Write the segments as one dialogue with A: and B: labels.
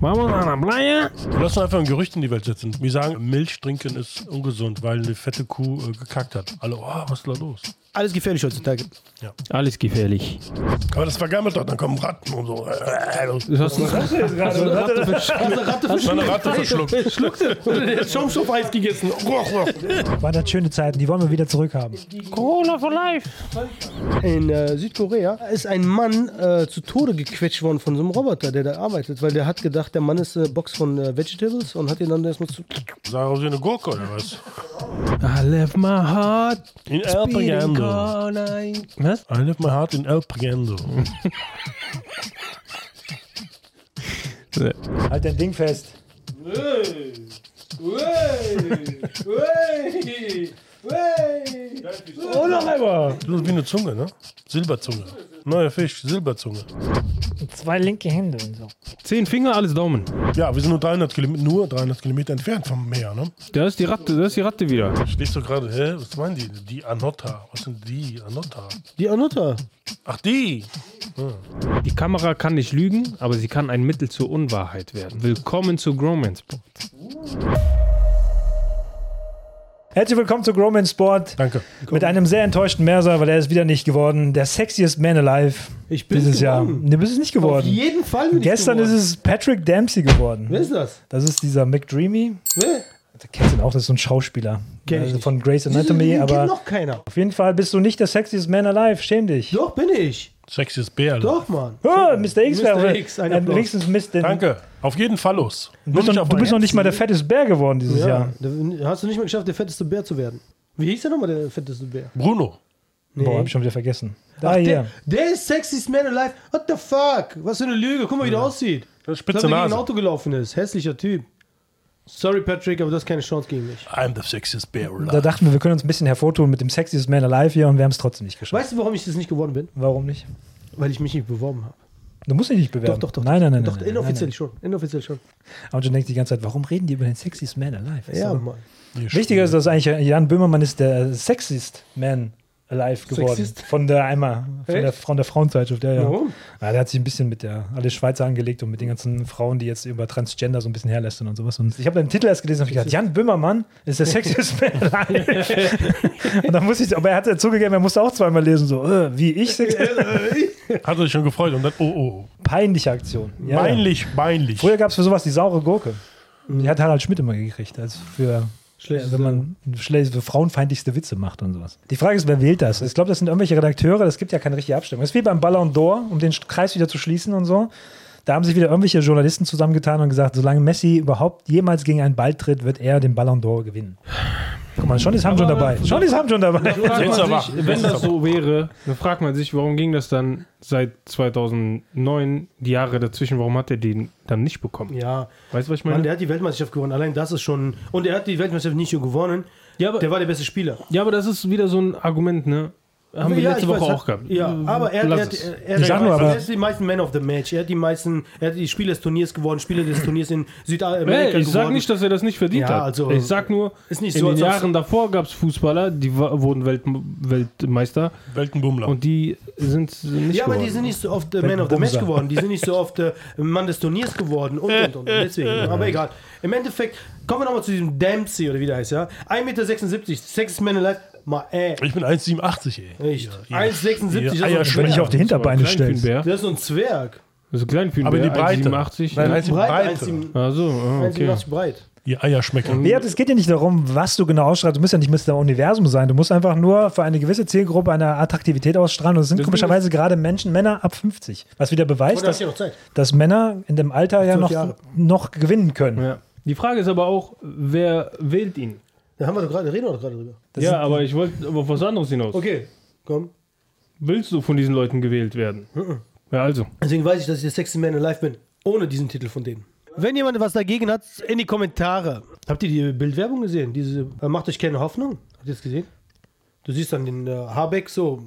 A: Vamos a la playa.
B: Du lass doch einfach ein Gerücht in die Welt setzen. Wir sagen, Milch trinken ist ungesund, weil eine fette Kuh äh, gekackt hat. Alle, oh, was ist da los?
C: Alles gefährlich heutzutage.
A: Alles gefährlich.
B: Aber das vergammelt doch, dann kommen Ratten und so. Äh,
A: Du hast
B: so eine Ratte verschluckt.
A: Schaumstoff heiß gegessen.
D: Waren das schöne Zeiten, die wollen wir wieder zurückhaben.
A: Corona for life.
C: In äh, Südkorea ist ein Mann äh, zu Tode gequetscht worden von so einem Roboter, der da arbeitet, weil der hat gedacht, der Mann ist eine Box von äh, Vegetables und hat ihn dann erstmal zu.
B: Sah aus wie eine Gurke oder was?
A: I left my heart
B: In El
A: beating
B: Prigendo.
A: all night. Was?
B: I live my heart in El Prigendo.
D: Halt dein Ding fest.
B: Los wie eine Zunge, ne? Silberzunge. Neuer Fisch, Silberzunge.
E: Zwei linke Hände und so.
A: Zehn Finger, alles Daumen.
B: Ja, wir sind nur 300 Kilometer, nur 300 Kilometer entfernt vom Meer, ne?
A: Da ist die Ratte, da ist die Ratte wieder.
B: Stehst du gerade, hä? Was meinen die? Die Anotta. Was sind die Anotta?
C: Die Anutter.
B: Ach, die!
A: Die Kamera kann nicht lügen, aber sie kann ein Mittel zur Unwahrheit werden. Willkommen zu Gromance.
D: Herzlich willkommen zu Growman Sport
B: Danke.
D: mit einem sehr enttäuschten Merser, weil er ist wieder nicht geworden. Der sexiest man alive
C: Ich bin
D: dieses Jahr.
C: geworden.
D: Ne, bist es nicht
C: Auf
D: geworden.
C: jeden Fall bin
D: Gestern
C: ich
D: ist es Patrick Dempsey geworden.
C: Wer ist das?
D: Das ist dieser McDreamy.
C: Wer?
D: Du kennst ihn auch, das ist so ein Schauspieler.
C: Kenn ich
D: Also
C: nicht.
D: von Grey's
C: Den
D: Anatomy,
C: kennt
D: aber
C: noch keiner.
D: auf jeden Fall bist du nicht der sexiest man alive. Schäm dich.
C: Doch, bin ich.
B: Sexiest Bär. Alter.
C: Doch, Mann.
D: Oh, Mr. X
C: Mr.
D: wäre
C: X, ein
D: äh,
C: Applaus.
D: wenigstens Mr.
B: Danke. Auf jeden Fall los.
D: Du bist, noch, du bist noch nicht mal der fetteste Bär geworden dieses
C: Ja.
D: Jahr.
C: Da Hast du nicht mal geschafft, der fetteste Bär zu werden? Wie hieß der nochmal, der fetteste Bär?
B: Bruno.
C: Nee.
D: Boah, hab ich schon wieder vergessen. Da
C: Ach,
D: hier.
C: der, der ist sexiest man alive. What the fuck? Was für eine Lüge. Guck mal, wie der aussieht.
B: Das ist
C: Dass
B: spitze
C: er gegen ein
B: Nase.
C: Auto gelaufen ist. Hässlicher Typ. Sorry, Patrick, aber das ist keine Chance gegen mich.
B: I'm the sexiest bear
D: Da dachten wir, wir können uns ein bisschen hervortun mit dem sexiest man alive hier und wir haben es trotzdem nicht geschafft.
C: Weißt du, warum ich das nicht geworden bin?
D: Warum nicht?
C: Weil ich mich nicht beworben habe.
D: Du musst dich nicht bewerben.
C: Doch, doch, doch.
D: Nein, nein, nein.
C: Doch,
D: nein, nein,
C: inoffiziell
D: Nein,
C: schon. Inoffiziell schon.
D: nein. Und du denkst die ganze Zeit, warum reden die über den sexiest man alive? Ist
C: Ja,
D: doch-
C: Mann.
D: Wichtiger ist, dass eigentlich Jan Böhmermann ist der sexiest man alive geworden.
C: Sexist?
D: Von der Eimer, von
C: Echt?
D: der, von der Frauenzeitschrift. Ja, ja.
C: Warum?
D: Ja, der hat sich ein bisschen mit der alle Schweizer angelegt und mit den ganzen Frauen, die jetzt über Transgender so ein bisschen herlästern und sowas. Und ich habe den Titel erst gelesen und hab gedacht, Jan Böhmermann ist der sexiest man alive. und dann muss ich, aber er hat ja zugegeben, er musste auch zweimal lesen, so, äh, wie ich sexiest.
B: Hat er sich schon gefreut und dann, oh, oh.
D: Peinliche Aktion. Ja, ja.
B: Beinlich, beinlich.
D: Früher gab es für sowas die saure Gurke. Die hat Harald Schmidt immer gekriegt, als für
C: Schlecht.
D: wenn man schlecht, so frauenfeindlichste Witze macht und sowas. Die Frage ist, wer wählt das? Ich glaube, das sind irgendwelche Redakteure, das gibt ja keine richtige Abstimmung. Es ist wie beim Ballon d'Or, um den Kreis wieder zu schließen und so. Da haben sich wieder irgendwelche Journalisten zusammengetan und gesagt, solange Messi überhaupt jemals gegen einen Ball tritt, wird er den Ballon d'Or gewinnen. Guck mal, Johnnys haben schon dabei. Johnnys haben schon dabei.
A: Fragt
B: Jetzt
A: man
B: aber.
A: sich, wenn das so wäre, dann fragt man sich, warum ging das dann seit 2009, die Jahre dazwischen, warum hat er den dann nicht bekommen?
C: Ja,
A: Weißt du, was ich
C: Mann,
A: meine?
C: der hat die Weltmeisterschaft gewonnen. Allein das ist schon. Und er hat die Weltmeisterschaft nicht nur gewonnen.
A: ja, aber,
C: Der war der beste Spieler.
A: ja, aber das ist wieder so ein Argument, ne? Haben wir
C: Ja,
A: letzte
C: ich
A: Woche
C: weiß,
A: auch gehabt.
C: Ja, aber er, er,
A: Lass
C: hat-
A: es.
C: er, er,
D: Ich sag nur,
C: er
D: aber-
C: ist die meisten Man of the Match. Er hat die meisten, er hat die Spieler des Turniers geworden, Spieler des Turniers in Südamerika
A: Hey,
C: geworden.
A: ich sag nicht, dass er das nicht verdient
C: Ja,
A: hat.
C: also,
A: ich sag nur,
C: ist nicht
A: in
C: so,
A: den
C: als ob's-
A: Jahren davor gab es Fußballer, die wa- wurden Welt, Weltmeister
B: Weltenbummler.
A: und die sind nicht
C: ja, aber
A: geworden.
C: die sind nicht so oft äh, Man of the
D: Bumser.
C: Match geworden, die sind nicht so oft äh, Mann des Turniers geworden und und und. Deswegen, aber egal. Im Endeffekt kommen wir nochmal zu diesem Dempsey oder wie der heißt, ja. 1,76 Meter, Sex Man Alive, mal äh.
B: ich bin 1,87, ey.
C: Echt?
B: Ja,
C: 1,76,
B: ja,
C: das ist
B: Eier
C: doch
B: schwer.
D: Wenn ich auf die Hinterbeine
A: Das war ein
D: stelle.
A: Kleinfühlbär.
C: Das ist so ein Zwerg.
A: Also klein für
B: Aber die Breite.
A: 1,87.
B: Nein,
A: Nein,
B: 1,87 Breite.
C: 1,87
A: also, ah, okay.
C: 1,87 breit.
B: Ihr Eier
A: Hm.
B: schmecken.
C: Mhm.
D: Nee, es geht ja nicht darum, was du genau ausstrahlst. Du musst ja nicht Mr. Universum sein. Du musst einfach nur für eine gewisse Zielgruppe eine Attraktivität ausstrahlen. Und es sind
A: Das Ding
D: komischerweise gerade Menschen, Männer ab 50. Was wieder beweist,
C: Und Oh, da
D: dass,
C: hast du ja noch Zeit.
D: dass Männer in dem Alter ja
C: Zwölf
D: noch,
C: Jahre.
D: noch gewinnen können.
A: Ja. Die Frage ist aber auch, wer wählt ihn?
C: Da haben wir doch gerade, reden wir doch gerade drüber.
A: ja, aber ich wollte aber auf was anderes hinaus.
C: Okay, komm.
A: Willst du von diesen Leuten gewählt werden? Ja, also.
C: Deswegen weiß Hm, Ah, ich, dass ich der sexy man alive bin. Ohne diesen Titel von denen. Wenn jemand was dagegen hat, in die Kommentare. Habt ihr die Bildwerbung gesehen? Diese äh, Macht euch keine Hoffnung? Habt ihr das gesehen? Du siehst dann den äh, Habeck so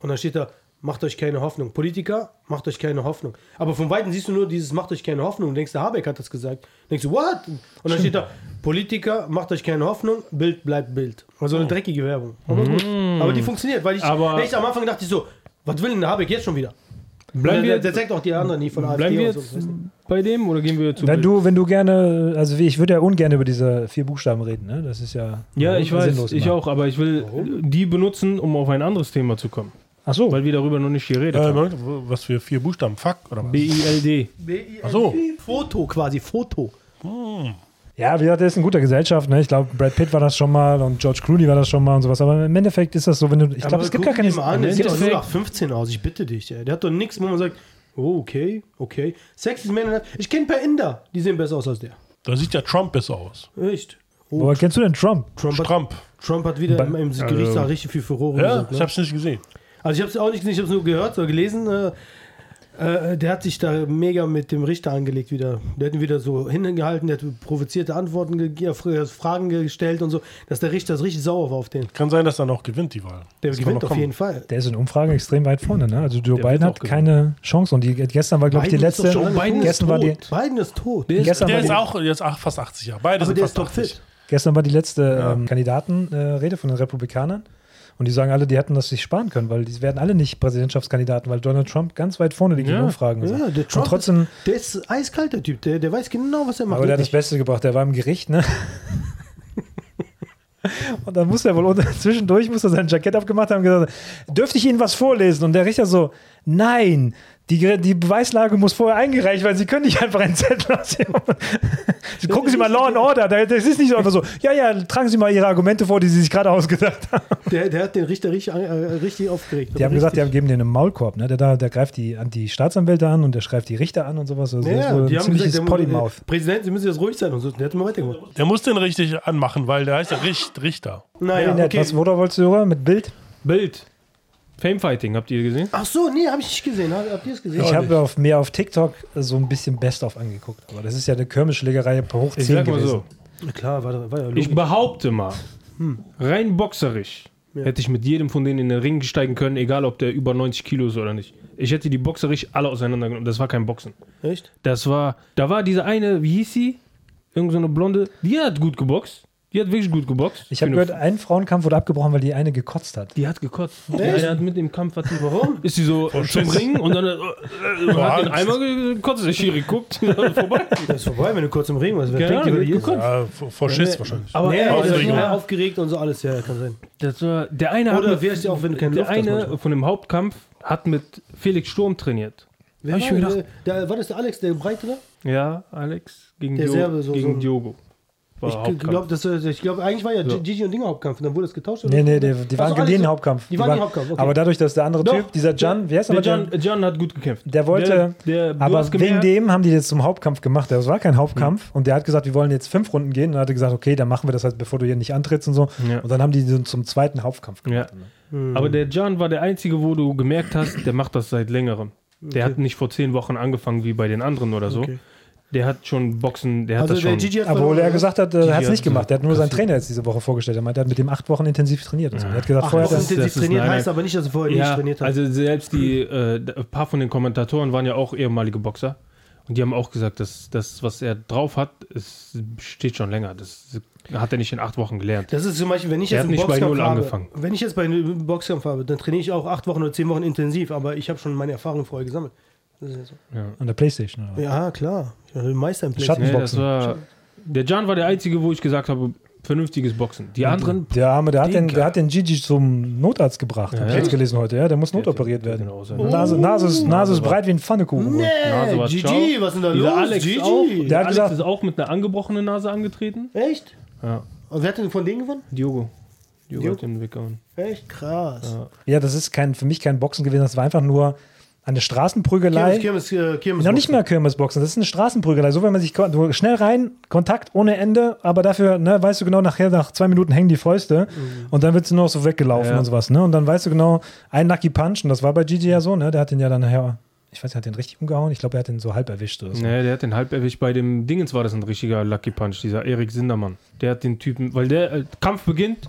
C: und dann steht da, macht euch keine Hoffnung. Politiker, macht euch keine Hoffnung. Aber von Weitem siehst du nur dieses, macht euch keine Hoffnung. Und denkst, der Habeck hat das gesagt. Denkst du, what? Und dann steht da, Politiker, macht euch keine Hoffnung, Bild bleibt Bild. Also eine dreckige Werbung. Aber, gut. aber die funktioniert, weil ich,
A: Aber-
C: ich am Anfang dachte ich so, was will denn der Habeck jetzt schon wieder?
A: Bleiben
C: der,
A: wir-
C: der zeigt auch die anderen nie von AfD
A: Bleiben wir
C: und
A: jetzt
C: so.
A: bei dem oder gehen wir zu
D: Wenn du, wenn du gerne, also wie- ich würde ja ungern über diese vier Buchstaben reden, ne? Das ist ja,
A: Ja, ich weiß,
D: sinnlos
A: ich
D: immer.
A: auch, aber ich will die benutzen, um auf ein anderes Thema zu kommen,
D: Ach so,
A: weil wir darüber noch nicht geredet
B: Äh,
A: haben.
B: Moment, wo- was für vier Buchstaben? Fuck oder was?
A: BILD.
B: Ach so.
C: Foto quasi, Foto.
D: Ja, wie gesagt, er ist in guter Gesellschaft. Ne? Ich glaube, Brad Pitt war das schon mal und George Clooney war das schon mal und sowas. Aber im Endeffekt ist das so, wenn du. Ich glaube, es gibt gar keine.
C: An, der
D: es
C: sieht
D: gibt
C: doch nur
D: auch-
C: nach 15 aus, ich bitte dich. Ey. Der hat doch nichts, wo man sagt, oh, okay, okay. Sexy Man Alive. Ich kenne ein paar Inder, die sehen besser aus als der.
B: Da sieht ja Trump besser aus.
C: Echt? Oh,
D: Woher kennst du denn Trump?
C: Trump, hat,
B: Trump.
C: Trump hat wieder im, im Gerichtssaal richtig viel Furore
B: Ja,
C: gesagt.
B: ich
C: Ne?
B: hab's nicht gesehen.
C: Also ich habe es auch nicht gesehen, ich habe es nur gehört oder gelesen. Äh, äh, der hat sich da mega mit dem Richter angelegt wieder. Der hat ihn wieder so hingehalten, der hat provozierte Antworten, ge ja, Fra- Fragen gestellt und so, dass der Richter richtig sauer war auf den.
B: Kann sein, dass er noch gewinnt, die Wahl.
C: Der
B: Das kann
C: gewinnt
B: noch
C: auf
B: kommen.
C: jeden Fall.
D: Der ist in Umfragen extrem weit vorne. Ne? Also Joe Biden
A: auch
D: hat keine Chance. Und die, gestern war, glaube ich, die
C: Biden ist
D: letzte.
C: doch schon lange tot.
D: Gestern war die,
C: Biden ist tot.
D: gestern
B: Der
D: war
B: ist
D: die,
B: auch jetzt ach, fast 80 Jahre. Beide
C: aber
B: sind
C: der ist
B: fast
C: doch
B: 80.
C: fit.
D: gestern war die letzte ähm, Kandidatenrede von den Republikanern. Und die sagen alle, die hätten das sich sparen können, weil die werden alle nicht Präsidentschaftskandidaten, weil Donald Trump ganz weit vorne liegt in
A: Ja.
D: Umfragen. und so.
C: Ja, der Trump
D: und trotzdem,
C: ist, der ist eiskalt, der Typ. Der, der weiß genau, was er macht.
D: Aber der hat das
C: Wirklich.
D: Beste gebracht, der war im Gericht, ne? Und dann muss er wohl unter, zwischendurch muss er sein Jackett abgemacht haben und gesagt, dürfte ich Ihnen was vorlesen? Und der Richter so, nein, die, Gere- die Beweislage muss vorher eingereicht, weil Sie können nicht einfach einen Zettel aus dem- Sie Gucken Sie mal Law and Order, da- das ist nicht so einfach so, ja, ja, tragen Sie mal Ihre Argumente vor, die Sie sich gerade ausgedacht haben.
C: der, der hat den Richter richtig, an- äh, richtig aufgeregt.
D: Die haben
C: Aber
D: gesagt, die haben
C: richtig.
D: geben den einen Maulkorb, ne? Der, da, der greift die, an die Staatsanwälte an und der schreibt die Richter an und sowas. Also das ist
C: ja,
D: wohl ein
C: die haben
D: ziemliches
C: gesagt, der-
D: Potty-Mouth.
C: äh, Präsident, Sie müssen jetzt ruhig sein und so. Der hat immer weitergemacht.
B: Der muss den richtig anmachen, weil der heißt ja Richt, Richter.
C: Naja,
D: Internet,
C: okay.
D: Was, wo wolltest du hören? Mit Bild?
A: Bild. Famefighting, habt ihr gesehen?
C: Ach so, nee, habe ich nicht gesehen. Habt habt ihr es gesehen?
D: Ich
B: Ja, nicht.
D: habe auf, mir auf TikTok so ein bisschen Best-of angeguckt. Aber das ist ja eine Körmelschlägerei per hoch
A: Ich
D: 10
A: sag mal
D: gewesen.
A: so,
C: Klar, war, war ja
A: ich
C: logisch.
A: behaupte mal, Hm. rein boxerisch hätte ich mit jedem von denen in den Ring steigen können, egal ob der über 90 Kilo ist oder nicht. Ich hätte die boxerisch alle auseinandergenommen. Das war kein Boxen.
C: Echt?
A: Das war, da war diese eine, wie hieß sie? Irgend so eine blonde, die hat gut geboxt. Die hat wirklich gut geboxt.
D: Ich habe
A: Für eine
D: gehört, ein Frauenkampf wurde abgebrochen, weil die eine gekotzt hat.
A: Die hat gekotzt. Die eine hat mit dem Kampf, was die, warum? Ist sie so zum Ring und dann äh, äh, hat den
B: Angst.
A: einmal ge- gekotzt. Der Schiri guckt, vorbei.
C: Das ist vorbei, wenn du kurz im Regen warst. Wer
A: Keine
C: denkt, die
A: Ahnung,
C: wird
A: die hat
C: hier?
A: gekotzt.
B: Ja, vor vor Schiss wahrscheinlich.
A: Aber
C: Nee,
A: er-
C: aber
A: das
C: das
B: Aufregung.
A: war,
C: war aufgeregt und so alles, ja, kann sein.
A: das war, der eine hat
C: Oder
A: mit-
C: wärst du auch, wenn du keine
A: Der
C: Luft hast
A: eine
C: manchmal.
A: von dem Hauptkampf hat mit Felix Sturm trainiert.
C: Wer
A: Hab ich mir
C: war,
A: gedacht.
C: äh, der, war das der Alex, der Breite da?
A: Ja, Alex gegen,
C: Der
A: Diogo,
C: Serbe, so-
A: gegen
C: so-
A: Diogo. War
C: Ich
A: Hauptkampf.
C: glaube, glaub, eigentlich war ja
A: So.
C: Gigi und Dinger Hauptkampf. und Dann wurde es getauscht. oder?
D: Nee, nee, die, die
C: Ach so,
D: waren
C: alle
D: geliehen
C: so-
D: Hauptkampf.
C: die waren im Hauptkampf, okay.
D: Aber dadurch, dass der andere
C: Doch,
D: Typ, dieser Jan, wie heißt
A: der
D: aber Jan?
A: John, John hat gut gekämpft.
D: Der wollte,
A: der, der, du
D: aber
A: hast
D: wegen
A: gemerkt,
D: dem haben die jetzt zum Hauptkampf gemacht. Das war kein Hauptkampf. Und der hat gesagt, wir wollen jetzt fünf Runden gehen. Und dann hat er gesagt, okay, dann machen wir das halt, bevor du hier nicht antrittst und so.
A: Ja.
D: Und dann haben die so zum zweiten Hauptkampf gemacht.
A: Ja.
C: Hm.
A: Aber der John war der Einzige, wo du gemerkt hast, der macht das seit längerem. Der hat nicht vor zehn Wochen angefangen wie bei den anderen oder so.
C: Okay.
A: Der hat schon Boxen, der hat
C: Also
A: das
C: der
A: schon.
C: Gigi hat
D: Obwohl
C: verloren,
D: er
C: oder?
D: gesagt hat, äh, er hat es
A: hat
D: nicht
A: so
D: gemacht. Er hat nur seinen Trainer jetzt diese Woche vorgestellt. Er meint, er hat mit dem acht Wochen intensiv trainiert. Und so. Er hat gesagt,
C: Ach,
D: vorher hat er
A: das-
C: intensiv
A: das ist-
C: trainiert
A: nein,
C: heißt
A: nein.
C: aber nicht, dass er vorher nicht
A: ja,
C: trainiert hat.
A: also selbst die, äh, d- ein paar von den Kommentatoren waren ja auch ehemalige Boxer. Und die haben auch gesagt, dass das, was er drauf hat, es steht schon länger. Das hat er nicht in acht Wochen gelernt.
C: das ist zum Beispiel, wenn ich
A: Der
C: jetzt
A: hat
C: einen
A: nicht bei
C: Boxkampf
A: Null
C: habe,
A: angefangen.
C: wenn ich jetzt bei einem Boxkampf habe, dann trainiere ich auch acht Wochen oder zehn Wochen intensiv, aber ich habe schon meine Erfahrung vorher gesammelt. Das ist ja, so.
D: an der Playstation. Oder? was?
C: ja klar. Ich bin Meister im Platz.
D: Schatten-
A: Nee, Ne, das
D: Boxen.
A: war, der John war der Einzige, wo ich gesagt habe, vernünftiges Boxen. Die anderen
D: Der Arme, der hat, den,
A: Dicker.
D: der hat den Gigi zum Notarzt gebracht. Hab ich
A: ja.
D: jetzt gelesen heute. Ja, der muss notoperiert
A: der genau. hat den
D: werden.
C: Oh,
A: auseinander-
D: Nase, Nase, ist, Nase ist breit wie ein Pfannekuchen. wohl.
A: ne? Nase
C: Nee,
A: war
C: Gigi,
A: ciao.
C: was ist denn da
A: Dieser
C: los?
A: Alex
C: Gigi.
A: auch.
D: Der
A: Der
D: hat
A: Alex
D: gesagt-
A: ist auch mit einer angebrochenen Nase angetreten.
C: Echt?
A: Ja.
C: Und wer hat denn von denen gewonnen?
A: Diogo. Diogo,
C: Diogo.
A: hat den weggehauen.
C: Echt krass.
D: Ja, das ist kein, für mich kein Boxen gewesen. Das war einfach nur eine Straßenprügelei.
C: Kirmes, Kirmes, äh, Kirmes
D: Noch nicht mal Kirmesboxen, das ist eine Straßenprügelei. So, wenn man sich kon- du- schnell rein, Kontakt ohne Ende, aber dafür, ne, weißt du genau, nachher, nach zwei Minuten hängen die Fäuste und dann wird du nur so weggelaufen
A: Ja.
D: und sowas, ne? Und dann weißt du genau, ein Lucky Punch, und das war bei Gigi ja so, ne? Der hat den ja dann nachher, ich weiß nicht, hat den richtig umgehauen? Ich glaube, er hat den so halb erwischt oder so.
A: Nee, der hat den halb erwischt. Bei dem Dingens war das ein richtiger Lucky Punch, dieser Erik Sindermann. Der hat den Typen, weil der äh, Kampf beginnt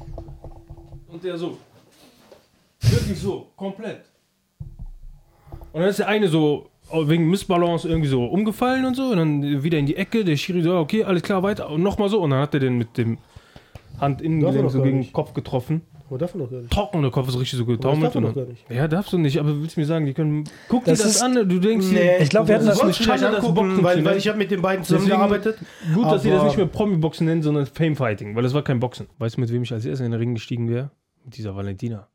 A: und der so. Wirklich so, komplett. Und dann ist der eine so oh, wegen Missbalance irgendwie so umgefallen und so und dann wieder in die Ecke. Der Schiri so, ja, okay, alles klar, weiter. Und nochmal so. Und dann hat er den mit dem Hand
C: Darf er
A: innen
C: doch
A: so
C: gar
A: gegen den
C: nicht.
A: Kopf getroffen.
C: Man darf man doch Oh, gar nicht.
A: Trockener Kopf ist richtig so
C: Aber das
A: getaumelt.
C: darf man
A: und
C: doch
A: dann-
C: gar
A: Ja, darfst du nicht, aber willst du mir sagen, die können. Guck
D: Das
A: dir das
D: ist-
A: an, du denkst, dir,
D: Ich glaube, wir hatten das
A: das
C: wollte
A: nicht
C: ich vielleicht
A: scheinbar
C: angucken, weil,
A: Boxen,
C: weil
A: ne?
C: ich habe mit den beiden
A: Deswegen-
C: zusammengearbeitet.
A: gut, dass sie das
C: aber-
A: nicht mehr Promi-Boxen nennen, sondern Fame-Fighting, weil das war kein Boxen. Weißt du, mit wem ich als erster in den Ring gestiegen wäre? Mit dieser Valentina.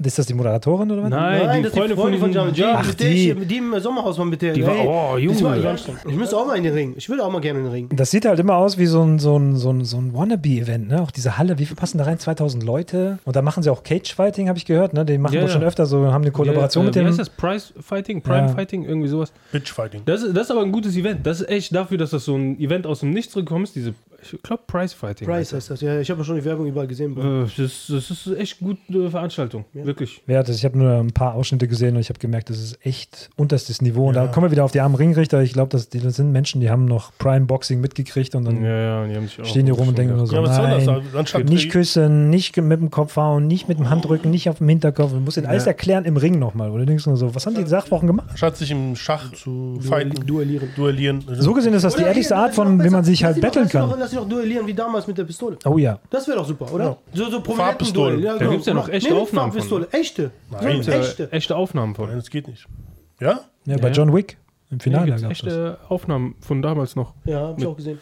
D: Ist das die Moderatorin oder was?
A: Nein, die,
C: das ist
A: Freundin von diesem
C: Jamal Jane,
A: Ach,
C: mit der ich,
D: die.
C: mit dem im Sommerhaus war mit der.
A: Die war,
C: Ey,
A: oh,
C: das war
A: Junge.
C: anstrengend. Ich müsste auch mal in den Ring. Ich würde auch mal gerne in den Ring.
D: Das sieht halt immer aus wie so ein, so ein, so ein, so ein Wannabe-Event, ne? Auch diese Halle, wie viel passen da rein? 2000 Leute. Und da machen sie auch Cage-Fighting, habe ich gehört, ne? Die machen
A: Ja,
D: doch
A: ja.
D: schon öfter so, haben eine Kollaboration
A: ja, äh, Wie
D: mit
A: heißt
D: dem.
A: das? Price Fighting? Prime
D: Ja.
A: Fighting? Irgendwie sowas.
B: Bitchfighting.
A: Das ist, das ist aber ein gutes Event. Das ist echt dafür, dass das so ein Event aus dem Nichts zurückkommt, ist diese, ich glaube, Price Fighting.
C: Price heißt das. Ja, ich habe schon die Werbung überall gesehen.
A: Äh, Das, ist- das ist echt gute Veranstaltung. Wirklich.
D: Wer hat das? Ich habe nur ein paar Ausschnitte gesehen und ich habe gemerkt, das ist echt unterstes Niveau. Und da kommen wir wieder auf die armen Ringrichter. Ich glaube, das, die- das sind Menschen, die haben noch Prime Boxing mitgekriegt und dann
A: Ja, ja, und die haben sich auch.
D: Mhm. stehen die rum und denken nur so,
B: Ja, was soll das?
D: nein,
B: Also, anstatt-
D: nicht küssen, nicht ge- mit dem Kopf hauen, nicht mit dem
A: Oh.
D: Handrücken, nicht auf dem Hinterkopf. Du musst den alles erklären im Ring nochmal. Oder denkst du nur so, was haben die Sachwochen gemacht?
B: Statt sich im Schach zu fighten,
C: Duellieren.
B: duellieren.
D: So gesehen ist das die
C: Oder
D: ehrlichste
C: hier,
D: Art
C: lass sie
D: von,
C: doch
D: wie man
C: besser-
D: sich
C: lass
D: halt
C: sie doch-
D: betteln
C: lass sie doch-
D: kann.
C: Lass sie doch duellieren wie damals mit der Pistole.
D: Oh ja.
C: Das wäre doch super, oder? So, so
B: Farbpistolen.
C: Prominentenduell.
A: Da gibt's ja noch
C: genau. mach-
A: echte Aufnahmen von.
C: Farbpistole. Echte.
B: Nein.
C: So,
A: Äh,
C: echte.
A: echte Aufnahmen von.
B: Nein, das geht nicht. Ja?
D: Ja,
A: Ja.
D: bei John Wick im
A: Ja,
D: Finale
A: gibt's
D: gab es das.
A: echte Aufnahmen von damals noch.
C: Ja, hab ich auch gesehen.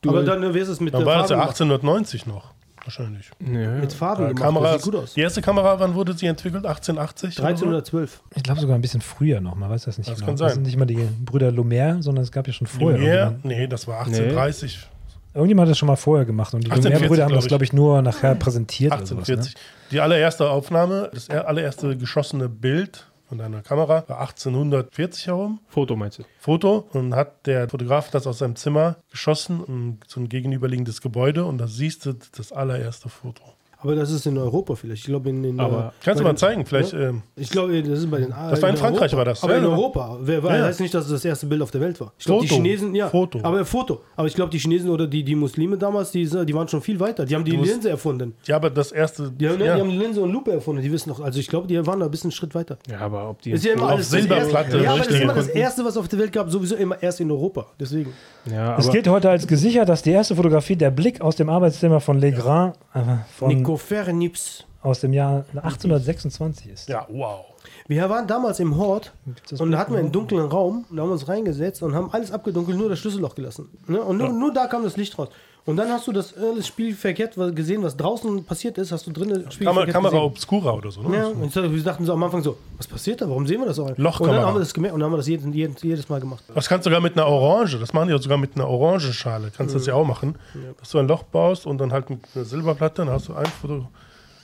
A: Du-
C: Aber dann, äh, wie ist es mit
B: Dann
C: äh,
B: war das ja
C: Farben?
B: 1890 noch. Wahrscheinlich.
A: Ja,
C: Mit Farben
B: Äh,
C: gemacht. das
B: Kameras,
C: sieht gut aus.
B: die erste Kamera, wann wurde sie entwickelt? 1880? oder so?
C: 1312.
D: Ich glaube sogar ein bisschen früher nochmal, weiß das nicht
B: Das
D: genau.
B: kann
D: Das
B: sein.
D: sind nicht mal die Brüder Lumière, sondern es gab ja schon vorher.
B: Lumière?
D: irgendjemand.
B: Nee, das war 1830.
D: Irgendjemand hat das schon mal vorher gemacht und die
B: 1840,
D: Lumière-Brüder haben das,
B: glaub
D: glaube ich, nur nachher präsentiert. oder sowas, ne?
B: 1840. Die allererste Aufnahme, das er- allererste geschossene Bild von einer Kamera war 1840 herum.
A: Foto meinst du?
B: Foto und hat der Fotograf das aus seinem Zimmer geschossen in so ein gegenüberliegendes Gebäude und da siehst du das allererste Foto.
C: Aber das ist in Europa vielleicht. Ich glaube, in, in
A: Aber-
C: äh,
B: Kannst du
C: bei
B: mal
C: den-
B: zeigen, vielleicht. Ähm,
C: Ich glaube, das ist bei den
B: Das war in Frankreich,
C: Europa.
B: war das.
C: Aber
B: Ja,
C: in
B: ja.
C: Europa. Wer weiß,
B: Ja, ja.
C: heißt nicht, dass es das erste Bild auf der Welt war. Ich glaube, die
B: Foto.
C: Chinesen, ja.
B: Foto.
C: Aber Foto. Aber ich glaube, die Chinesen oder die, die Muslime damals, die, die waren schon viel weiter. Die haben die
B: musst-
C: Linse erfunden.
B: ja, aber das erste.
C: Die haben, ne,
B: ja,
C: die haben Linse und Lupe erfunden. Die wissen noch, also ich glaube, die waren da ein bisschen einen Schritt weiter.
A: Ja, aber ob die.
C: Ist ja immer
B: Auf
C: alles das
B: Silberplatte
C: Erste. Ja, aber das ist
B: durchgehen
C: immer das
B: konnten.
C: Erste, was auf der Welt gab, sowieso immer erst in Europa. Deswegen.
A: ja,
D: Ne? Es
A: aber-
D: gilt heute als gesichert, dass die erste Fotografie der Blick aus dem Arbeitszimmer von Legrand äh, von,
C: Nicofer Nips.
D: aus dem Jahr 1826 ist.
B: ja, wow.
C: Wir waren damals im Hort
D: Gibt's das
C: und
D: Bild
C: hatten wir einen dunklen Raum und haben uns reingesetzt und haben alles abgedunkelt, nur das Schlüsselloch gelassen. Ne? Und nur, nur da kam das Licht raus. Und dann hast du das äh, das Spiel verkehrt wa- gesehen, was draußen passiert ist, hast du drinnen das Spiel
B: Kam
C: verkehrt
B: Kamera
C: gesehen.
B: Obscura oder so, ne?
C: Ja, und so- wir dachten so am Anfang so, was passiert da? Warum sehen wir das auch? Und
B: Lochkamera.
C: dann haben wir das gemerkt und dann haben wir das jeden, jeden, jedes Mal gemacht.
B: Das kannst du sogar mit einer Orange, das machen die ja sogar mit einer Orangenschale, kannst du
C: Mhm.
B: das ja auch machen. Dass du ein Loch baust und dann halt mit einer Silberplatte, dann hast du ein Foto,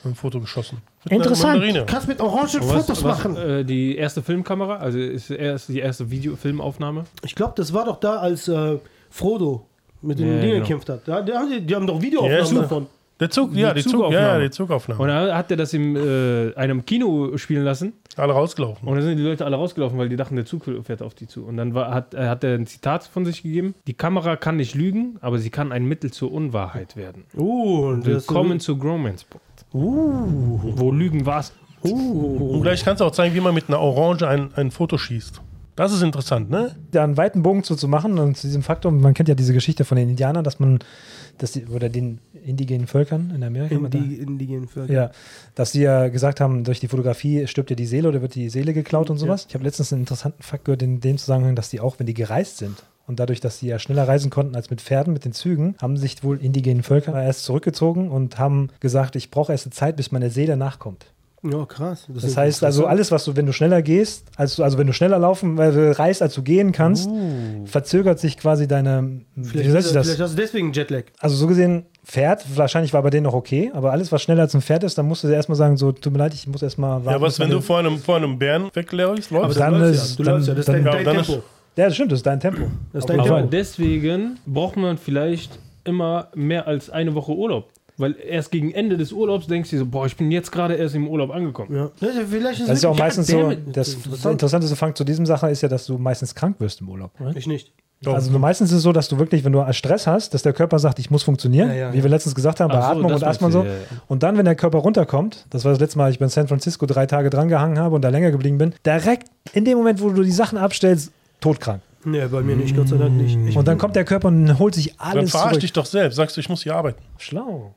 B: ein Foto geschossen. Mit einer
E: Interessant.
B: Mandarine.
C: Kannst mit Orangen
A: Was,
C: Fotos
A: was,
C: machen.
A: Äh, die erste Filmkamera, also ist erst die erste Video Filmaufnahme.
C: Ich glaube, das war doch da, als äh, Frodo mit den
A: Ja,
C: Dingen
A: genau.
C: gekämpft hat. Da, die, haben, die, die haben doch
B: Ja,
C: Videoaufnahmen
B: ist super.
C: davon.
B: Der Zug, ja, die, Zug,
A: Zugaufnahme.
B: ja, ja, die
A: Und
B: Zugaufnahme.
A: dann hat er das in äh, einem Kino spielen lassen
B: Alle rausgelaufen.
A: und dann sind die Leute alle rausgelaufen, weil die dachten, der Zug fährt auf die zu. Und dann war, hat, äh, hat er ein Zitat von sich gegeben: Die Kamera kann nicht lügen, aber sie kann ein Mittel zur Unwahrheit werden.
C: Oh, und das-
A: Willkommen zu Gromans.
C: Uh,
A: Wo Lügen war's?
B: Und
C: uh.
B: gleich kannst du auch zeigen, wie man mit einer Orange ein, ein Foto schießt. Das ist interessant, ne?
D: da einen weiten Bogen zu, zu machen und zu diesem Faktum, man kennt ja diese Geschichte von den Indianern, dass man, dass die, oder den indigenen Völkern in Amerika,
C: In die, in die gehen für.
D: ja, dass sie ja gesagt haben, durch die Fotografie stirbt ja die Seele oder wird die Seele geklaut und sowas. Ich habe letztens einen interessanten Fakt gehört in dem Zusammenhang, dass die auch, wenn die gereist sind und dadurch, dass sie ja schneller reisen konnten als mit Pferden, mit den Zügen, haben sich wohl indigenen Völker erst zurückgezogen und haben gesagt, ich brauche erst eine Zeit, bis meine Seele nachkommt.
C: Ja, krass. Das,
D: Das
C: ist
D: heißt also, alles, was du, wenn du schneller gehst, als du, also wenn du schneller laufen, äh, reist, als du gehen kannst, Oh. verzögert sich quasi deine.
C: Vielleicht,
D: Wie nennt sich
C: vielleicht
D: das?
C: hast du deswegen Jetlag.
D: Also so gesehen, Pferd, wahrscheinlich war bei denen noch okay, aber alles, was schneller als ein Pferd ist, dann musst du dir erstmal sagen, so, tut mir leid, ich muss erstmal warten.
B: Ja, was,
D: bis
B: wenn
D: man
B: du vor einem, vor einem Bären wegläufst,
D: Aber
B: läufst?
D: dann
C: läufst
D: ist-
C: ja. Du
D: dann-
C: läufst ja. Das ist
D: dann-
C: dein,
B: ja,
C: dein
B: dann ist-
C: Tempo.
D: den- Ja, das stimmt, das ist dein Tempo.
C: Das ist dein
A: Aber
C: Tempo.
A: deswegen braucht man vielleicht immer mehr als eine Woche Urlaub. Weil erst gegen Ende des Urlaubs denkst du dir so, boah, ich bin jetzt gerade erst im Urlaub angekommen.
C: Ja. Das ist- Vielleicht ist
D: Das ist ja auch meistens so,
C: Goddammit.
D: das
C: Interessant.
D: interessanteste Fakt zu diesem Sache ist ja, dass du meistens krank wirst im Urlaub.
C: Ich nicht.
D: Also du, meistens ist es so, dass du wirklich, wenn du Stress hast, dass der Körper sagt, ich muss funktionieren,
C: Ja, ja,
D: wie wir letztens gesagt haben, bei
A: Ach so,
D: Atmung
A: das
D: und Asthma und so.
A: meinst du, ja,
D: Und dann, wenn der Körper runterkommt, das war das letzte Mal, ich bin in San Francisco drei Tage drangehangen habe und da länger geblieben bin, direkt in dem Moment, wo du die Sachen abstellst, todkrank.
C: Nee, bei mir nicht, Gott sei Dank nicht. Ich
D: Und dann kommt der Körper und holt sich
B: Dann
D: alles
B: verarsch
D: zurück.
B: dich doch selbst, sagst du, ich muss hier arbeiten.
D: Schlau.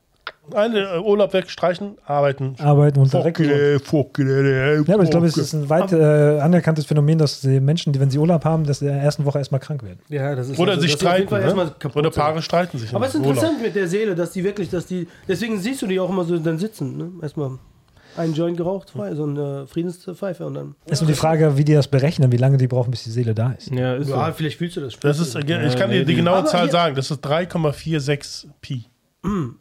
B: Eine äh, Urlaub wegstreichen, arbeiten.
C: Ah,
D: Arbeiten und direkt. Ja,
B: Fuckele, fuckele,
D: aber ich glaube, es ist ein weit äh, anerkanntes Phänomen, dass die Menschen, die, wenn sie Urlaub haben, dass sie in der ersten Woche erstmal krank werden.
C: Ja, das ist
B: Oder
C: also,
B: sich
C: dass die auf jeden
B: streiten.
C: Fall erstmal
B: Ne?
C: kaputt
B: Oder
C: sind.
B: Paare streiten sich. im
C: Aber es ist
B: Urlaub.
C: interessant mit der Seele, dass die wirklich, dass die. Deswegen siehst du die auch immer so dann sitzen. Ne? Erstmal einen Joint geraucht, frei, so eine Friedenspfeife und dann.
D: Ist nur die Frage, wie die das berechnen, wie lange die brauchen, bis die Seele da ist.
A: Ja, ist
C: Ja,
A: so.
C: vielleicht fühlst du das.
B: Das ist, äh, ich kann
A: nee,
B: dir die
A: die-
B: genaue
C: Aber
B: Zahl
C: hier-
B: sagen. Das ist 3,46 Pi.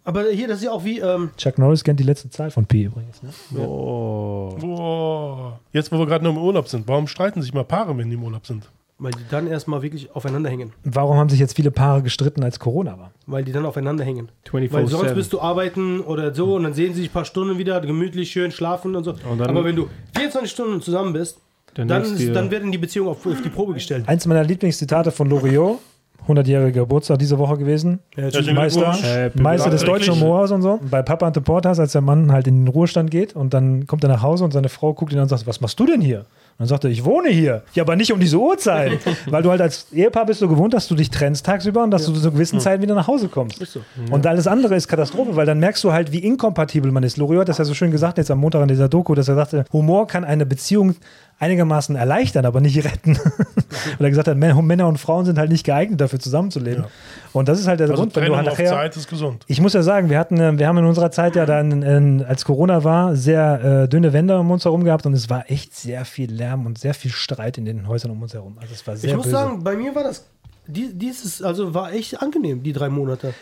C: Aber hier, das ist ja auch wie. Ähm,
D: Chuck Norris kennt die letzte Zahl von Pi übrigens. Ne?
A: Oh.
B: Boah. Jetzt, wo wir gerade noch im Urlaub sind, warum streiten sich mal Paare, wenn die im Urlaub sind?
C: weil die dann erstmal wirklich aufeinander hängen.
D: Warum haben sich jetzt viele Paare gestritten, als Corona war?
C: Weil die dann aufeinander hängen.
A: 24/7.
C: Weil sonst bist du arbeiten oder so und dann sehen sie sich ein paar Stunden wieder, gemütlich schön schlafen und so.
A: dann-
C: Aber wenn du 24 Stunden zusammen bist,
A: Dann
C: dann,
A: denkst
C: ist,
A: dir-
C: dann werden die Beziehungen auf, auf die Probe gestellt.
D: Eins meiner Lieblingszitate von Loriot, 100-jähriger Geburtstag diese Woche gewesen.
B: herzlichen
D: Meister,
B: Glückwunsch.
C: äh,
A: Happy
D: Meister des
B: Birthday.
D: deutschen Humors und so. Bei Papa und the Porters, als der Mann halt in den Ruhestand geht und dann kommt er nach Hause und seine Frau guckt ihn an und sagt, was machst du denn hier? Und dann sagt er, ich wohne hier. Ja, aber nicht um diese Uhrzeit. Weil du halt als Ehepaar bist so gewohnt, dass du dich trennst tagsüber und dass du zu
B: Hm.
D: gewissen Zeiten wieder nach Hause kommst.
C: so.
D: Und alles andere ist Katastrophe, weil dann merkst du halt, wie inkompatibel man ist. Loriot hat das ja so schön gesagt jetzt am Montag in dieser Doku, dass er sagte, Humor kann eine Beziehung einigermaßen erleichtern, aber nicht retten. Weil er gesagt hat, Män- Männer und Frauen sind halt nicht geeignet dafür zusammenzuleben. Und das ist halt der
B: Also
D: Grund, wenn du
B: Trennung
D: halt
B: auf
D: nachher
B: Zeit ist gesund.
D: ich muss ja sagen, wir hatten, äh, wir haben in unserer Zeit ja dann, äh, als Corona war, sehr äh, dünne Wände um uns herum gehabt und es war echt sehr viel Lärm und sehr viel Streit in den Häusern um uns herum. Also es war sehr
C: ich muss
D: böse.
C: sagen, bei mir war das, die, dieses, also war echt angenehm, die drei Monate.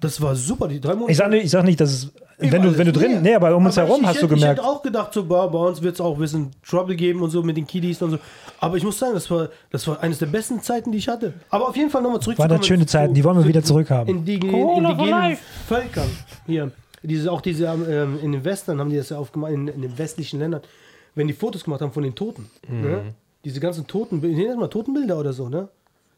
C: Das war super, die drei Monate.
D: ich sage nicht, ich sag nicht, dass es, wenn du,
C: Überall.
D: wenn du drin, nee, aber um uns
C: Aber
D: herum
C: ich,
D: hast
C: ich,
D: du
C: hätte-
D: gemerkt,
C: Ich hätte auch gedacht, so, boah, bei uns wird es auch ein bisschen Trouble geben und so mit den Kiddies und so. Aber ich muss sagen, das war, das war eines der besten Zeiten, die ich hatte. Aber auf jeden Fall nochmal zurück
D: waren das schöne Zeiten, die wollen wir wieder zurückhaben.
C: indigenen, indigenen Völkern. Hier, diese, auch diese ähm, in den Western haben die das ja aufgemacht, in, in den westlichen Ländern, wenn die Fotos gemacht haben von den Toten.
D: Mhm.
C: Ne? Diese ganzen Toten, ich nenne das mal Totenbilder oder so, ne?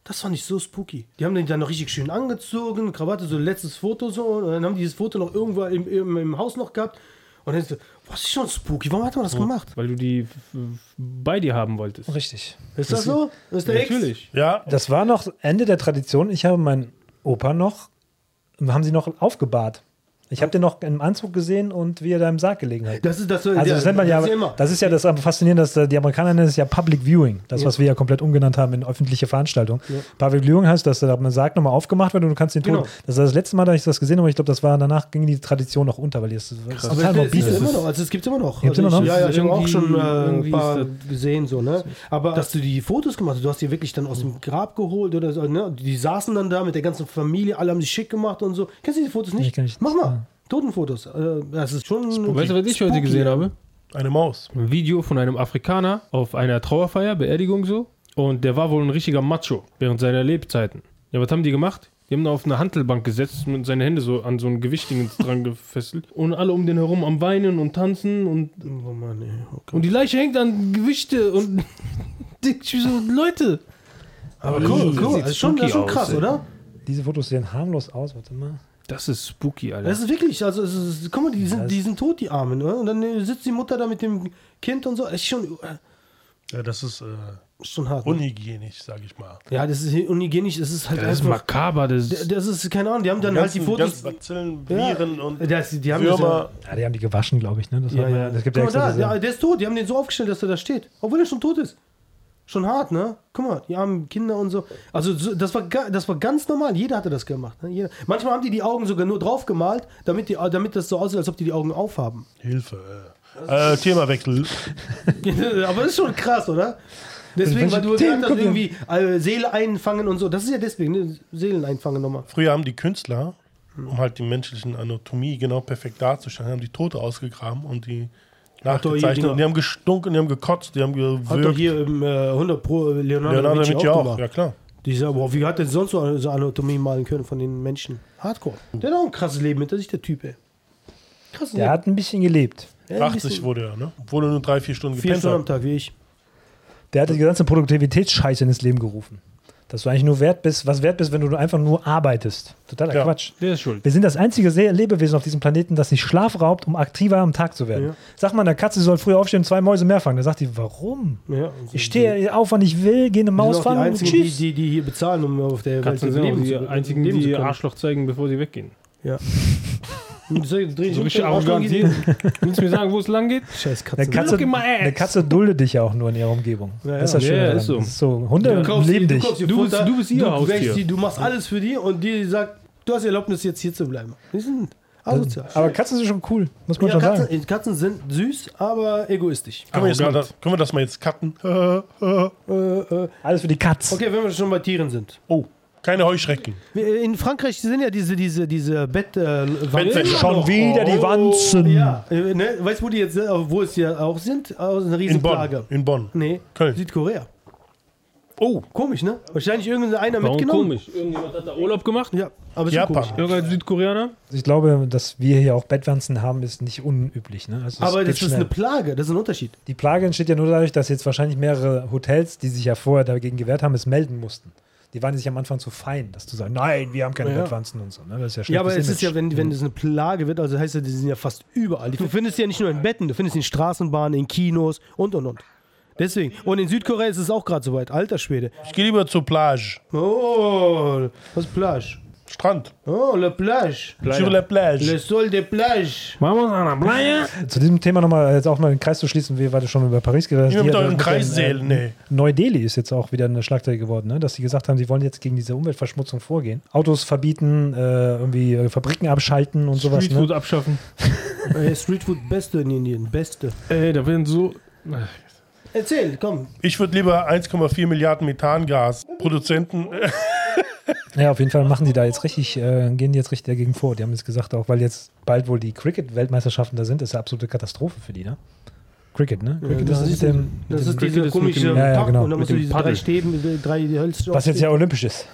C: Das fand ich so spooky. Die haben den dann noch richtig schön angezogen, Krawatte, so letztes Foto so, und dann haben die dieses Foto noch irgendwo im, im, im Haus noch gehabt. Und dann ist so, was ist schon spooky, warum hat man das gemacht?
A: Weil du die f- f- bei dir haben wolltest.
D: Richtig.
C: Ist das so? Ist der Ex?
A: Natürlich.
B: Ja,
D: Das war noch Ende der Tradition. Ich habe meinen Opa noch, haben sie noch aufgebahrt. Ich habe den noch im Anzug gesehen und wie er da im Sarg gelegen hat.
C: Das ist das,
D: Also das nennt man ja,
C: ist immer.
D: das ist ja das Faszinierende, dass äh, die Amerikaner nennen es ja Public Viewing, das, was wir ja komplett umgenannt haben in öffentliche Veranstaltungen. Public Viewing heißt, dass da man sagt, nochmal aufgemacht wird und du kannst den Ton.
C: Genau.
D: Das war das letzte Mal, dass ich das gesehen habe, ich glaube, das war danach ging die Tradition noch unter, weil die das, das ist
C: Aber
D: total
C: es, es,
D: morbide.
C: es immer noch, also es gibt immer noch.
D: Gibt's
C: also
D: immer noch?
C: Ich, ja, ja,
A: Es
C: ich
A: ist
C: habe auch schon
A: irgendwie-
C: äh, ein
A: irgendwie
C: paar
A: ist das-
C: gesehen, so, ne? Aber dass du die Fotos gemacht hast, du hast die wirklich dann aus
A: Mhm.
C: dem Grab geholt oder so, ne? Und Die saßen dann da mit der ganzen Familie, alle haben sich schick gemacht und so. Kennst du die Fotos
D: Nee,
C: nicht?
D: kenn ich nicht.
C: Mach
D: Ja.
C: mal. Totenfotos. Äh, Das ist schon.
A: Weißt du, was ich heute
C: spooky,
A: gesehen
C: ja.
A: habe?
B: eine Maus.
A: Ein Video von einem Afrikaner auf einer Trauerfeier, Beerdigung so. Und der war wohl ein richtiger Macho während seiner Lebzeiten. Ja, was haben die gemacht? Die haben ihn auf eine Hantelbank gesetzt und seine Hände so an so ein Gewichtdingens dran gefesselt. Und alle um den herum am Weinen und Tanzen und
C: Oh Mann, ey, okay.
A: Und die Leiche hängt an Gewichte und ich bin so, Leute.
C: Aber cool,
A: das
C: cool.
A: sieht
C: Das ist schon, das ist schon
A: spooky
C: krass,
A: aus, ey.
C: oder?
D: Diese Fotos sehen harmlos aus, warte mal.
A: Das ist spooky, Alter.
C: Das ist wirklich, also es ist, guck mal, die sind, die sind tot, die Armen, ne? Und dann äh, sitzt die Mutter da mit dem Kind und so. Das ist schon, äh,
B: Ja, das ist äh,
C: schon hart. Ne?
B: unhygienisch, sag ich mal.
C: Ja, das ist unhygienisch, es ist halt
A: das ist
C: einfach.
A: makaber. Das
C: D-
A: ist,
C: Das ist, keine Ahnung, die haben dann halt die Fotos.
B: ganzen Bazillen,
C: Ja.
B: Viren und
C: Das, die haben
B: Würmer.
D: Ja, die haben die gewaschen, glaube ich, ne? Das
C: das ja.
D: hat
C: Ja,
D: man-
C: ja.
D: Das gibt ja
C: Guck mal
D: extra
C: da,
D: diese-
C: der, der ist tot, die haben den so aufgestellt, dass er da steht. Obwohl er schon tot ist. Schon hart, ne? Guck mal, die armen Kinder und so. Also so, das war, ga- das war ganz normal, jeder hatte das gemacht. Ne? Jeder. Manchmal haben die die Augen sogar nur drauf gemalt, damit, die, damit das so aussieht, als ob die die Augen aufhaben.
B: Hilfe. Äh. Äh, Themawechsel.
C: Aber das ist schon krass, oder? Deswegen, weil du gesagt
D: Themen
C: hast,
D: kommt
C: irgendwie äh, Seele einfangen und so. Das ist ja deswegen, ne? Seelen einfangen nochmal.
B: Früher haben die Künstler, um halt die menschlichen Anatomie genau perfekt darzustellen, haben die Tote ausgegraben und die
C: doch hier
B: nachgezeichnet.
C: Dinger.
B: Und die haben gestunken, die haben gekotzt, die haben
C: Hat doch
B: gewirkt.
C: hier im äh, 100 Pro Leonardo,
B: Leonardo da
C: Leonardo
B: Vinci
C: auch gemacht.
B: auch. Ja, klar.
C: Dieser, boah, wie hat denn sonst so so Anatomie malen können von den Menschen? Hardcore. Der hat auch ein krasses Leben hinter sich, der Typ, ey. Krasses
D: der hat ein bisschen gelebt.
C: Leben. Ja, ein
B: 80
C: bisschen-
B: wurde er, ne? Obwohl er nur drei, vier Stunden
C: Vier
B: gepennt
C: Stunden am
B: hat.
C: Tag, wie ich.
D: Der hat die ganze Produktivitätsscheiße ins Leben gerufen. Dass du eigentlich nur wert bist, was wert bist, wenn du einfach nur arbeitest. Totaler
B: Ja.
D: Quatsch.
A: der ist schuld.
D: Wir sind das einzige Se- Lebewesen auf diesem Planeten, das sich Schlaf raubt, um aktiver am Tag zu werden. Sag mal, einer Katze sie soll früh aufstehen und zwei Mäuse mehr fangen. Da sagt die, warum?
C: Ja,
D: Ich stehe auf, wann ich will, gehe eine
C: die sind
D: Maus
C: auch die
D: fangen und
C: einzigen, die,
D: tschüss.
C: die, die hier bezahlen, um auf der Welt
A: Katzen sind auch
C: leben
A: die
C: zu-
A: einzigen,
C: leben zu
A: die ihr
C: können.
A: Arschloch zeigen, bevor sie weggehen.
C: Ja. Und so dreh ich
A: So
C: um,
A: richtig
C: dann auch
A: arrogant.
C: schon gehen.
A: Willst du mir sagen, wo es lang geht?
C: Scheiß
D: Eine
C: Katze.
D: Katze,
A: Look in my ass.
D: eine Katze duldet dich ja auch nur in ihrer Umgebung.
C: Ja,
D: Das ist das
A: ja.
D: Schöne.
A: Ja,
D: daran.
A: ist so.
D: Das ist so. Hunde
C: kaufst
D: leben
C: ihr-
D: dich.
C: kaufst ihr
A: Du bist-
C: Futter,
A: du bist ihr
C: du,
A: Haustier.
C: wächst die, du machst alles für die und die sagt, du hast die Erlaubnis, jetzt hier zu bleiben. Die sind asozial.
D: Aber Katzen sind schon cool, muss man
C: ja,
D: schon
C: Katzen,
D: sagen.
C: äh, Katzen sind süß, aber egoistisch.
B: Können wir, jetzt mal,
A: Arrogant.
B: das- können wir das mal jetzt cutten? Äh, äh.
C: Äh, äh,
D: Alles für die Katz.
C: okay, wenn wir schon bei Tieren sind.
B: Oh, keine Heuschrecken.
C: Wir, äh, In Frankreich sind ja diese, diese, diese Bett... Äh,
B: Bettwäsche.
C: Immer
D: Schon
C: noch.
D: wieder die
A: Oh,
D: Wanzen.
C: Ja, äh, ne? weißt du, wo die jetzt, äh, wo es ja auch sind? Aus einer
B: In
C: Riesenplage.
B: Bonn. In Bonn.
C: Nee,
B: Köln.
C: Südkorea.
B: Oh,
C: Komisch, ne? Wahrscheinlich irgendeiner
A: Warum
C: mitgenommen.
A: komisch? Irgendjemand hat da Urlaub gemacht?
C: Ja, aber ist ja
B: Japan.
C: komisch.
A: Irgendein Südkoreaner?
D: Also Ich glaube, dass wir hier auch Bettwanzen haben, ist nicht unüblich. Ne? Also es
C: Aber
D: geht
C: das ist
D: schnell.
C: eine Plage, das ist ein Unterschied.
D: Die Plage entsteht ja nur dadurch, dass jetzt wahrscheinlich mehrere Hotels, die sich ja vorher dagegen gewehrt haben, es melden mussten. Die waren sich am Anfang zu fein, dass du sagst, nein, wir haben keine
C: Ja.
D: Bettwanzen und so. Ne? Das ist ja
C: Ja, aber
D: schlechtes
C: es ist ja,
D: Image. Mhm.
C: wenn, wenn es eine Plage wird, also heißt ja, die sind ja fast überall. Die- Du findest sie ja nicht nur in Betten, du findest sie in Straßenbahnen, in Kinos und und und. Deswegen. Und in Südkorea ist es auch gerade so weit. Alter Schwede.
B: ich gehe lieber zur Plage.
C: Oh, was Plage?
B: Strand.
C: Oh, la plage.
B: Sur la plage.
C: Le sol de plage.
A: Vamos a la playa.
D: Ähm, Zu diesem Thema nochmal, jetzt auch mal den Kreis zu schließen, wie war das schon über Paris geredet?
B: Ihr
D: Hier,
B: mit
D: äh,
B: euren
D: mit den,
B: Kreissälen,
D: äh,
B: nee.
D: Neu-Delhi ist jetzt auch wieder eine Schlagzeile geworden, ne? dass sie gesagt haben, sie wollen jetzt gegen diese Umweltverschmutzung vorgehen. Autos verbieten, äh, irgendwie äh, Fabriken abschalten und sowas. Ne?
A: Streetfood abschaffen.
C: Äh,
D: Euh,
C: Streetfood Beste in Indien. Beste.
A: Ey, da werden so.
C: Erzähl, komm.
B: Ich würde lieber 1,4 Milliarden äh, Methangas-Produzenten.
D: Ja, auf jeden Fall machen die da jetzt richtig, äh, gehen die jetzt richtig dagegen vor. Die haben es gesagt, auch weil jetzt bald wohl die Cricket-Weltmeisterschaften da sind, ist eine absolute Katastrophe für die, ne? Cricket, ne? Cricket
C: das
D: mit
C: ist-
D: dem, mit
C: Das
D: dem
C: ist
A: Cricket
C: diese
A: ist mit
C: komische
A: dem-
D: Ja, ja,
C: Pack
D: genau.
C: und dann
A: Mit
C: musst du
A: dem
C: diese drei
A: Paddel.
C: Stäben, diese drei Hölzer.
D: was jetzt ja olympisch ist.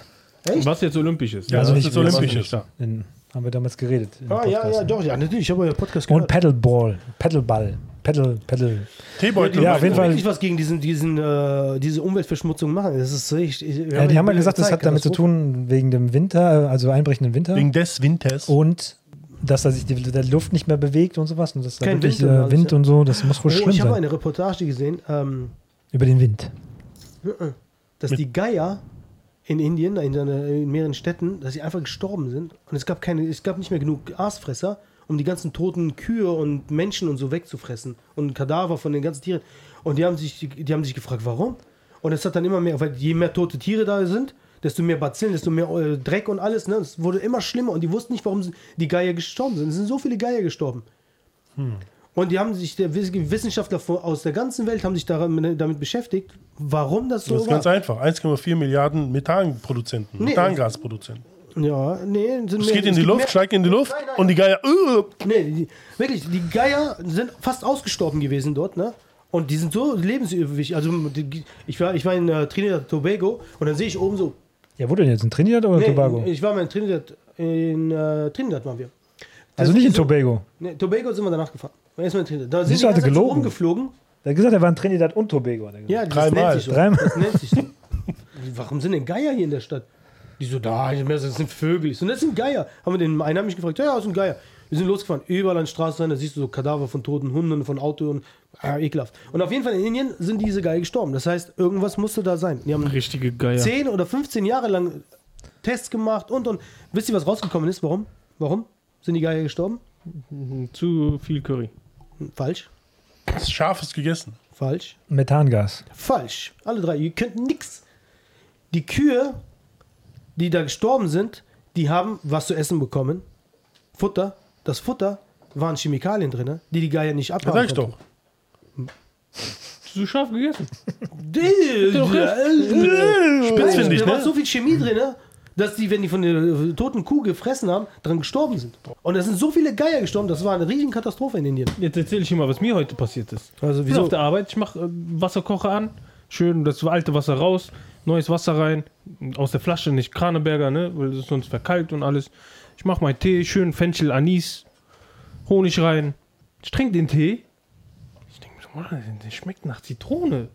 A: Was jetzt olympisch ist.
B: Ja,
D: also
B: das
D: nicht
B: ist
D: wir,
B: olympisches.
A: Da.
D: In, haben wir damals geredet. in dem
C: Ah, ja,
D: Podcast,
C: ja,
D: ne?
C: doch, ja, natürlich. Ich habe ja Podcast
D: Und
C: gehört.
D: Paddleball, Paddleball, Paddle, Paddle. Äh,
B: Teebeutel.
D: Ja, auf jeden
C: Ich
D: Fall.
C: wirklich was gegen diesen, diesen, äh, diese Umweltverschmutzung machen. Das ist richtig. wir
D: Ja,
C: haben
D: die haben ja
C: Bilder
D: gesagt, das hat
C: gezeigt,
D: damit zu tun, wegen dem Winter, äh, also einbrechenden Winter.
B: Wegen des Winters.
D: Und dass da sich die, die Luft nicht mehr bewegt und sowas. Und dass da
C: Kein
D: wirklich
C: Wind und
D: äh,
C: alles,
D: Wind
C: ja.
D: und so, das muss wohl
C: Oh,
D: schlimm
C: ich habe
D: sein.
C: eine Reportage gesehen, ähm,
D: Über den Wind.
C: dass die Geier in Indien, in, einer- in mehreren Städten, dass sie einfach gestorben sind. Und es gab keine, es gab nicht mehr genug Aasfresser, um die ganzen toten Kühe und Menschen und so wegzufressen und Kadaver von den ganzen Tieren. Und die haben sich, die haben sich gefragt, warum? Und es hat dann immer mehr, weil je mehr tote Tiere da sind, desto mehr Bazillen, desto mehr äh, Dreck und alles. Ne? Es wurde immer schlimmer und die wussten nicht, warum sie- die Geier gestorben sind. Es sind so viele Geier gestorben.
B: Hm.
C: Und die haben sich, der Wiss- Wissenschaftler von- aus der ganzen Welt haben sich daran, damit beschäftigt, warum das so
B: Das ist
C: war.
B: ganz einfach. 1,4 Milliarden Methanproduzenten.
C: Nee.
B: Methangasproduzenten.
C: Ja, nee, sind
B: Es
C: mehr-
B: geht in die
C: gibt
B: Luft,
C: mehr-
B: steigt in die Luft
C: Nein, nein.
B: und die Geier. äh,
C: Nee, die, wirklich, die Geier sind fast ausgestorben gewesen dort, ne? Und die sind so lebensübrig. Also, die, ich war, ich war in äh, Trinidad und Tobago und dann sehe ich oben so.
D: Ja, wo denn jetzt? In Trinidad oder
C: Nee,
D: Tobago?
C: Ich war mal in Trinidad. In äh, Trinidad waren wir.
D: also nicht in Tobago.
C: Nee, Tobago sind wir danach gefahren. Erstmal in Trinidad. Da sind
D: Siehst
C: die
D: du, hat
C: ganze
D: er
C: Zeit so
D: gelogen.
C: rumgeflogen.
D: Er hat gesagt, er war in Trinidad und Tobago. Hat er gesagt.
C: Ja,
B: Dreimal.
C: das nennt sich so.
D: Dreimal.
C: Das nennt sich so. Warum sind denn Geier hier in der Stadt? Die so, da, das sind Vögel. Ich so, das sind Geier. Haben wir den einen haben mich gefragt, ja, ja, das sind Geier. Wir sind losgefahren, überall an Straßen, da siehst du so Kadaver von toten Hunden, von Autos und ah, ekelhaft. Und auf jeden Fall in Indien sind diese Geier gestorben. Das heißt, irgendwas musste da sein. Die haben
A: Richtige Geier.
C: 10 oder 15 Jahre lang Tests gemacht und und. Wisst ihr, was rausgekommen ist? Warum? Warum? Sind die Geier gestorben?
A: Zu viel Curry.
C: Falsch.
B: Das Schaf ist gegessen.
C: Falsch.
D: Methangas.
C: Falsch. Alle drei. Ihr könnt nix. Die Kühe, die da gestorben sind, die haben was zu essen bekommen. Futter. Das Futter waren Chemikalien drin, die die Geier nicht
B: Das
C: abhaben.
B: sag ich doch.
A: Zu scharf gegessen.
B: Spitzfindig,
C: Da war
B: ne?
C: so viel Chemie drin, dass die, wenn die von der äh, toten Kuh gefressen haben, dran gestorben sind. Und es sind so viele Geier gestorben, das war eine riesige Katastrophe in Indien.
A: Jetzt erzähle ich dir mal, was mir heute passiert ist.
C: Also
A: Ich bin auf der Arbeit, ich mache äh, Wasserkocher an, schön das alte Wasser raus, neues Wasser rein, aus der Flasche, nicht Kraneberger, ne, weil das sonst verkalkt und alles. Ich mache meinen Tee, schön Fenchel, Anis, Honig rein. Ich trinke den Tee. Ich denke mir, so, Mann, der schmeckt nach Zitrone.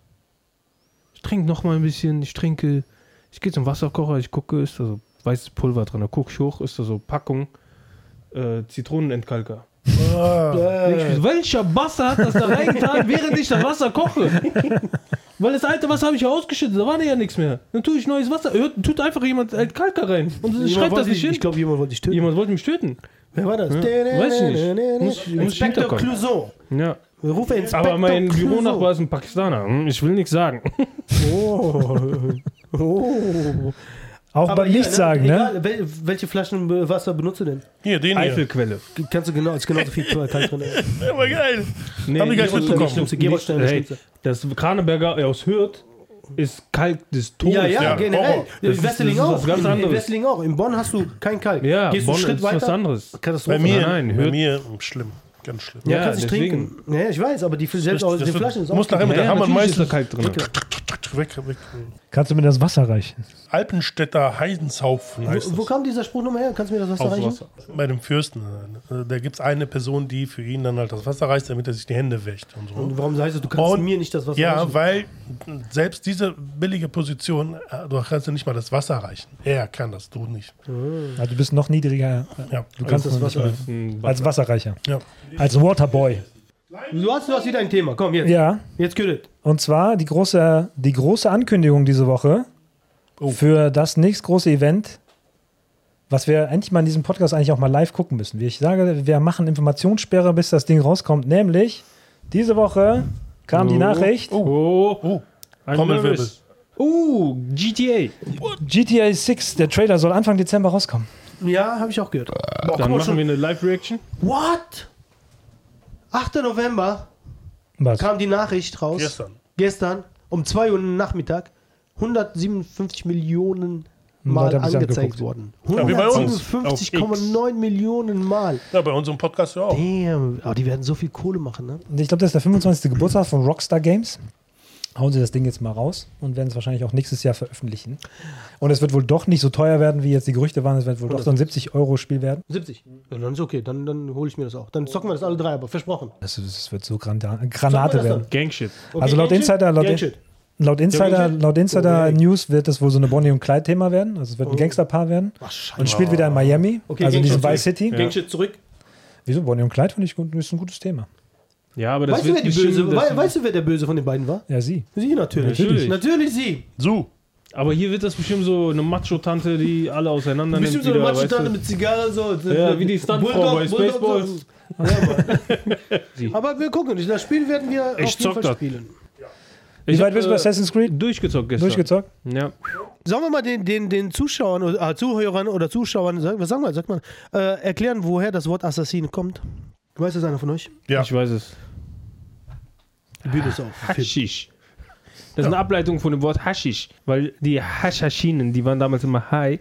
A: Ich trinke noch mal ein bisschen, ich trinke, ich gehe zum Wasserkocher, ich gucke, ist da so weißes Pulver drin, da gucke ich hoch, ist da so Packung äh, Zitronenentkalker. Denk ich mir so, Welcher Bastard hat das da reingetan, während ich das Wasser koche? Weil das alte Wasser habe ich ja ausgeschüttet, da war ja nichts mehr. Dann tue ich neues Wasser. Hört, tut einfach jemand Kalker rein und
C: Jemand
A: schreibt das
C: wollte
A: nicht
C: dich-
A: hin.
C: Ich glaube, jemand wollte dich töten.
A: jemand wollte mich töten.
C: Wer war das? ne,
A: Weiß ich nicht. Muss ich- muss ich
C: Inspektor
A: hinterkommen.
C: Clouseau.
A: Ja.
C: Rufe Inspektor
A: Aber mein
C: Clouseau.
A: Büronachbar ist ein Pakistaner. Hm, Ich will nichts sagen.
C: Oh. oh.
D: Auch beim
C: hier,
D: Nichts sagen, ne?
C: Egal, wel- welche Flaschen äh, Wasser benutzt du denn?
B: Hier, den hier.
A: Eifelquelle.
C: G- Kannst du genau, ist genauso viel Teil drin.
B: Ja, aber geil.
A: Nee,
B: Haben die gar nicht
A: Gerolstein
B: mitbekommen.
A: ist schlimmste,
C: Nicht-
A: Gerolstein ist
C: hey,
A: schlimmste. das Kraneberger aus Hürth ist Kalk des Todes.
C: Ja, ja,
B: Ja,
C: generell.
B: Horror.
C: Ja,
A: Das
C: in
A: ist-
C: Wesseling
A: das ist
C: auch.
A: was ganz
C: In- In
A: anderes.
C: Wesseling auch. In Bonn hast du keinen Kalk.
A: Ja,
C: Gehst du
A: Bonn
C: einen Schritt
A: ist
C: weiter?
A: was anderes.
B: Bei
C: Katastrophe.
B: mir,
A: Nein,
B: bei
A: hört-
B: mir ähm, schlimm. Ganz schlimm.
C: Ja,
A: Ja,
C: kannst nicht
A: deswegen.
C: trinken. Ja, ich weiß, aber die selbst aus den
B: das-
C: Flaschen ist auch.
B: muss nachher mit
A: Ja,
B: der
A: ja,
B: Hammer
A: natürlich ist da
B: meistens
A: kalt drin.
B: weg, weg.
D: Kannst du mir das Wasser reichen?
B: Alpenstädter Heidenshaufen heißt
C: wo, wo
B: es.
C: kam dieser Spruch nochmal her? Kannst du mir das Wasser
A: Aus
C: reichen?
A: Wasser.
B: Bei dem Fürsten. äh, Da gibt es eine Person, die für ihn dann halt das Wasser reißt, damit er sich die Hände wäscht und so.
C: Und warum heißt es, du kannst
B: Und-
C: mir nicht das Wasser
B: ja,
C: reichen?
B: weil selbst diese billige Position, äh, du kannst ja nicht mal das Wasser reichen. Er kann das, du nicht.
D: Also du bist noch niedriger
B: Ja,
D: du kannst
B: also
D: das Wasser
B: nicht
D: als Wasserreicher.
B: Ja.
D: Als Waterboy.
C: Du hast, du hast wieder ein Thema. Komm, jetzt.
D: Ja.
C: Jetzt Kühlet.
D: Und zwar die große, die große Ankündigung diese Woche für das nächst große Event, was wir endlich mal in diesem Podcast eigentlich auch mal live gucken müssen. Wie ich sage, wir machen Informationssperre, bis das Ding rauskommt. Nämlich, diese Woche kam
C: Oh.
D: die Nachricht,
A: Oh,
B: Oh,
A: ein
B: Trommelwirbel.
A: Nervous. Oh,
D: Uh,
A: GTA.
D: GTA 6, der Trailer soll Anfang Dezember rauskommen.
C: Ja, habe ich auch gehört. Boah,
A: Dann
C: guck mal
A: machen
C: schon.
A: wir eine Live-Reaction.
C: What? 8. November
D: Was?
C: kam die Nachricht raus.
B: Gestern.
C: Gestern um 2 Uhr Nachmittag. 157 Millionen Mal
D: Leute haben sich
C: angezeigt
D: angeguckt.
C: worden.
B: Ja, wie bei uns.
C: 157,9 Millionen Mal.
B: Ja, bei unserem Podcast ja auch.
C: Damn, aber die werden so viel Kohle machen, ne?
D: Ich glaube, das ist der 25. Geburtstag von Rockstar Games. Hauen sie das Ding jetzt mal raus und werden es wahrscheinlich auch nächstes Jahr veröffentlichen. Und es wird wohl doch nicht so teuer werden, wie jetzt die Gerüchte waren. Es wird wohl doch so ein 70-Euro-Spiel werden.
C: 70. Ja, dann ist okay, dann, dann hole ich mir das auch. Dann zocken wir das alle drei, aber versprochen.
D: Das, Also das wird so Gran
C: Sag mal das
D: Granate werden.
C: dann.
A: Gangshit.
C: Okay,
D: Also laut
C: Gang
D: Insider,
C: Shit?
D: laut,
C: Gang
D: in,
C: Shit.
D: laut
C: Der
D: Insider,
C: Gang
D: laut Insider News wird das wohl so eine Bonnie und Clyde Thema werden. Also es wird ein Gangsterpaar werden. und spielt wieder in Miami,
C: Okay,
D: also in
C: Gang
D: diesem
C: Shit.
D: Vice City.
C: Gang Shit zurück.
D: Wieso Bonnie und Clyde finde ich gut, ist ein gutes Thema.
A: Ja, aber das
C: Weißt du,
A: wird
C: wer die
A: bestimmt-
C: Böse,
A: das-
C: wei weißt du, wer der Böse von den beiden war?
D: Ja, sie.
C: Sie natürlich.
A: Natürlich.
C: Natürlich sie.
B: So,
A: Aber hier wird das bestimmt so eine Macho-Tante, die alle auseinander nimmt.
C: Bestimmt so eine
A: wieder, weißt du?
C: Matschentante mit Zigarre so.
A: Ja, wie die Stuntfrau
C: Bulldog-
A: bei
C: Bulldog-
A: Spaceballs.
C: Ja, Mann. aber wir gucken, das Spiel werden wir
A: Ich
C: auf jeden
A: zock
C: Fall
A: das.
C: spielen.
D: Wie
A: Ich
D: weit
A: hab,
D: bist du bei
A: äh,
D: Assassin's Creed?
A: Durchgezockt gestern.
D: Durchgezockt?
A: Ja.
C: Sollen wir mal den, den, den Zuschauern, oder, ah, Zuhörern oder Zuschauern, sag- was sagen wir, sagt man, äh, erklären, woher das Wort Assassine kommt? Weiß das einer von euch?
B: ja.
A: Ich weiß es.
C: Die Bühne ist auf.
A: Haschisch. Das ist eine Ableitung von dem Wort Haschisch, weil die Haschhaschinen, die waren damals immer high.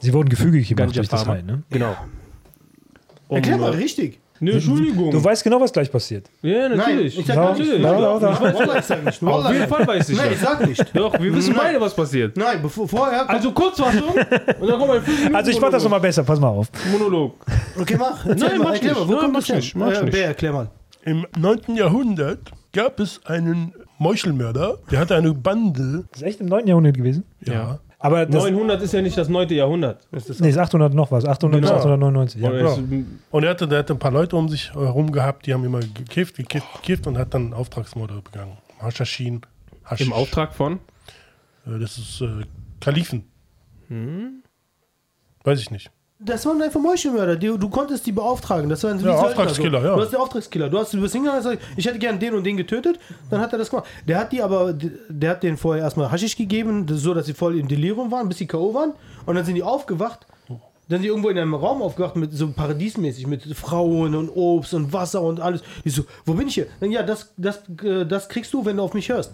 D: Sie wurden gefügig gemacht
A: Ganja
D: durch das
A: Farmer.
D: Hai, ne?
A: Genau. Und,
C: Erklär mal
A: äh,
C: richtig.
A: Ne, Entschuldigung.
D: Du weißt genau, was gleich passiert.
A: ja, natürlich.
C: Nein, ich sag
A: natürlich.
C: nicht.
D: Ja, ja, ja.
C: Ich weiß Wallah, ich sag nicht.
A: Auf
C: Wallah.
A: jeden Fall weiß ich
C: Nein, ich
A: das.
C: sag nicht.
A: Doch, wir wissen
C: Nein.
A: beide, was passiert.
C: Nein, bevor, vorher.
A: Also Kurzfassung und dann kommt ein 5 Minuten
D: Also ich mach das nochmal besser, pass mal auf.
A: Monolog.
C: Okay, mach. Erzähl
A: Nein,
C: mal,
A: mach
C: erklär
A: nicht.
C: mal, wo
A: Nein,
C: kommt
A: mach
C: das her?
A: nicht, mach
C: Äh,
A: nicht.
C: Bär, erklär mal.
B: Im 9. Jahrhundert gab es einen Meuchelmörder, der hatte eine Bande.
D: Das ist echt im 9. Jahrhundert gewesen.
A: Ja.
D: Aber das,
A: 900 ist ja nicht das Oh, 9. Jahrhundert.
D: nee, ist 800 noch was. 800 bis
B: Genau.
D: 899. Ja.
A: Oder
B: klar.
A: ist- m-
B: Und er hatte, der hatte ein paar Leute um sich herum gehabt, die haben immer gekifft, gekifft, gekifft und hat dann Auftragsmorde begangen. Haschashin, Haschisch.
A: Im Auftrag von?
B: Äh, Das ist äh, Kalifen. Weiß ich nicht.
C: Das waren einfach Meuchelmörder. Die, du konntest die beauftragen. Das waren wie
B: Ja,
C: Söldner,
B: Auftragskiller,
C: so.
B: ja.
C: Du hast den Auftragskiller. Du, hast, du bist hingegangen und gesagt, ich hätte gern den und den getötet. Dann hat er das gemacht. Der hat die aber, der hat denen vorher erstmal Haschisch gegeben, das so dass sie voll im Delirium waren, bis sie K.O. waren. Und dann sind die aufgewacht. Dann sind die irgendwo in einem Raum aufgewacht, mit so paradiesmäßig, mit Frauen und Obst und Wasser und alles. Die so, wo bin ich hier? Dann, ja, das, das, äh, das kriegst du, wenn du auf mich hörst.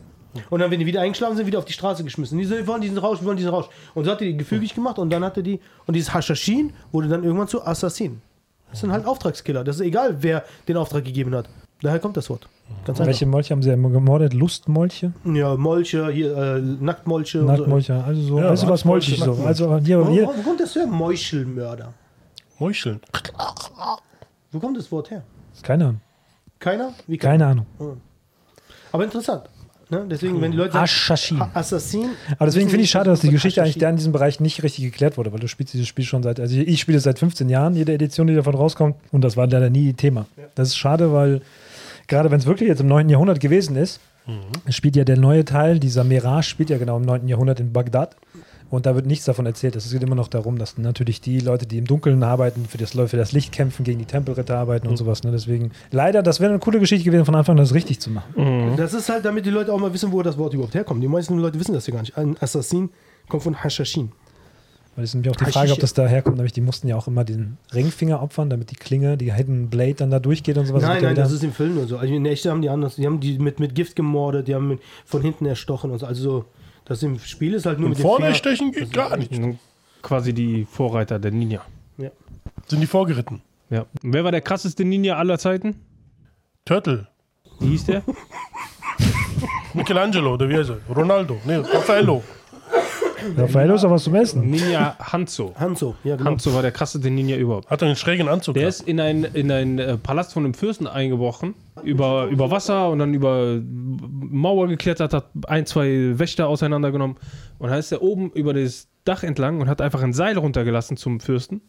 C: Und dann, wenn die wieder eingeschlafen sind, wieder auf die Straße geschmissen. Die so, wir wollen diesen Rausch, wir wollen diesen Rausch. Und so hat er die gefügig gemacht und dann hatte die, und dieses Haschaschin wurde dann irgendwann zu Assassin. Das sind halt Auftragskiller. Das ist egal, wer den Auftrag gegeben hat. Daher kommt das Wort. Ganz einfach.
D: Welche Molche haben sie immer gemordet? Lustmolche?
C: Ja, Molche, hier, äh, Nacktmolche. und so.
D: Nacktmolche? Also so, also was
B: Nacktmolche,
D: molchig so.
B: Nacktmolche.
D: Also hier,
C: Wo,
D: hier,
C: wo kommt das her? Meuchelmörder.
B: Meucheln.
C: Wo kommt das Wort her?
D: keine Ahnung.
C: Keiner? Wie keiner?
D: Keine Ahnung.
C: Aber interessant. Ne? Deswegen, wenn die Leute sagen,
D: Aschashin.
C: Ha- Assassin.
D: Aber deswegen finde ich schade, dass die Geschichte eigentlich da
C: dann.
D: in diesem Bereich nicht richtig geklärt wurde, weil du spielst dieses Spiel schon seit, also ich spiele es seit 15 Jahren, jede Edition, die davon rauskommt, und das war leider nie Thema. Das ist schade, weil gerade wenn es wirklich jetzt im 9. Jahrhundert gewesen ist, spielt ja der neue Teil, dieser Mirage spielt ja genau im 9. Jahrhundert in Bagdad. Und da wird nichts davon erzählt. Es geht immer noch darum, dass natürlich die Leute, die im Dunkeln arbeiten, für das, für das Licht kämpfen, gegen die Tempelritter arbeiten und sowas. Ne? Deswegen, leider, das wäre eine coole Geschichte gewesen, von Anfang an das richtig zu machen.
C: Das ist halt, damit die Leute auch mal wissen, wo das Wort überhaupt herkommt. Die meisten Leute wissen das ja gar nicht. Ein Assassin kommt von Hashashin.
D: Weil es ist nämlich auch die
C: Haschisch-
D: Frage, ob das daherkommt. Nämlich, die mussten ja auch immer den Ringfinger opfern, damit die Klinge, die Hidden Blade dann da durchgeht und sowas.
C: nein,
D: gibt ja
C: nein,
D: wieder-
C: das ist im Film nur so. Also in der Echte haben die anders. Die haben die mit, mit Gift gemordet, die haben mit, von hinten erstochen und so. Also so, das im Spiel ist halt nur
B: Und
C: mit dem
B: vorne
C: Finger-
B: stechen geht gar nicht.
A: Quasi die Vorreiter der Ninja.
C: Ja.
B: Sind die vorgeritten?
A: Ja. Und wer war der krasseste Ninja aller Zeiten?
B: Turtle.
A: Wie hieß der?
B: Michelangelo, oder wie heißt er? Ronaldo. Nee, Raffaello.
D: Raffaello ist auch was zum Essen.
A: Ninja Hanzo.
C: Hanzo, ja genau.
A: Hanzo war der krasseste Ninja überhaupt.
B: Hat er einen schrägen Anzug.
A: Der
B: gehabt.
A: ist in einen in ein, äh, Palast von einem Fürsten eingebrochen, über, über Wasser und dann über Mauer geklettert, hat ein, zwei Wächter auseinandergenommen. Und dann ist er oben über das Dach entlang und hat einfach ein Seil runtergelassen zum Fürsten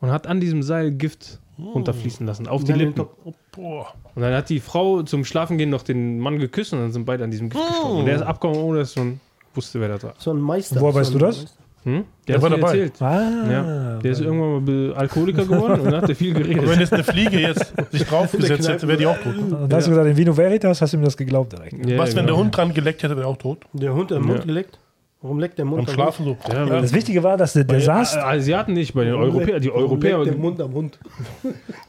A: und hat an diesem Seil Gift
B: Oh.
A: runterfließen lassen, auf die
C: Dann den
A: Lippen.
C: Kopf-
B: Boah.
A: Und dann hat die Frau zum Schlafengehen noch den Mann geküsst und dann sind beide an diesem Gift
B: Oh.
A: gestorben. Und der ist abgehauen, ohne dass man wusste, wer das war.
C: So ein Meister.
D: Woher weißt
C: so ein
D: du das?
C: Meister.
A: Hm?
B: Der war
A: hat's mir
B: dabei.
D: Ah,
A: Ja. Der ist irgendwann mal Be- Alkoholiker geworden und dann hat er viel
B: Und wenn
A: geredet.
B: jetzt eine Fliege jetzt sich draufgesetzt hätte, wäre die auch tot.
D: Und da hast du gesagt, in Vino Veritas hast du ihm das geglaubt direkt.
A: Ja,
B: Was, wenn
A: genau.
B: der Hund dran geleckt hätte, wäre auch tot?
C: Der Hund am Mund
A: Ja.
C: geleckt. Warum leckt der Mund
B: Am
C: am
B: Schlafen so.
A: Ja,
D: Das Wichtige war, dass der, der saß.
A: A- Äh, Asiaten nicht, bei den
C: Mund? Warum
A: Europäern. Die
C: leckt- warum
A: Europäer,
C: Leckt der Mund am Hund.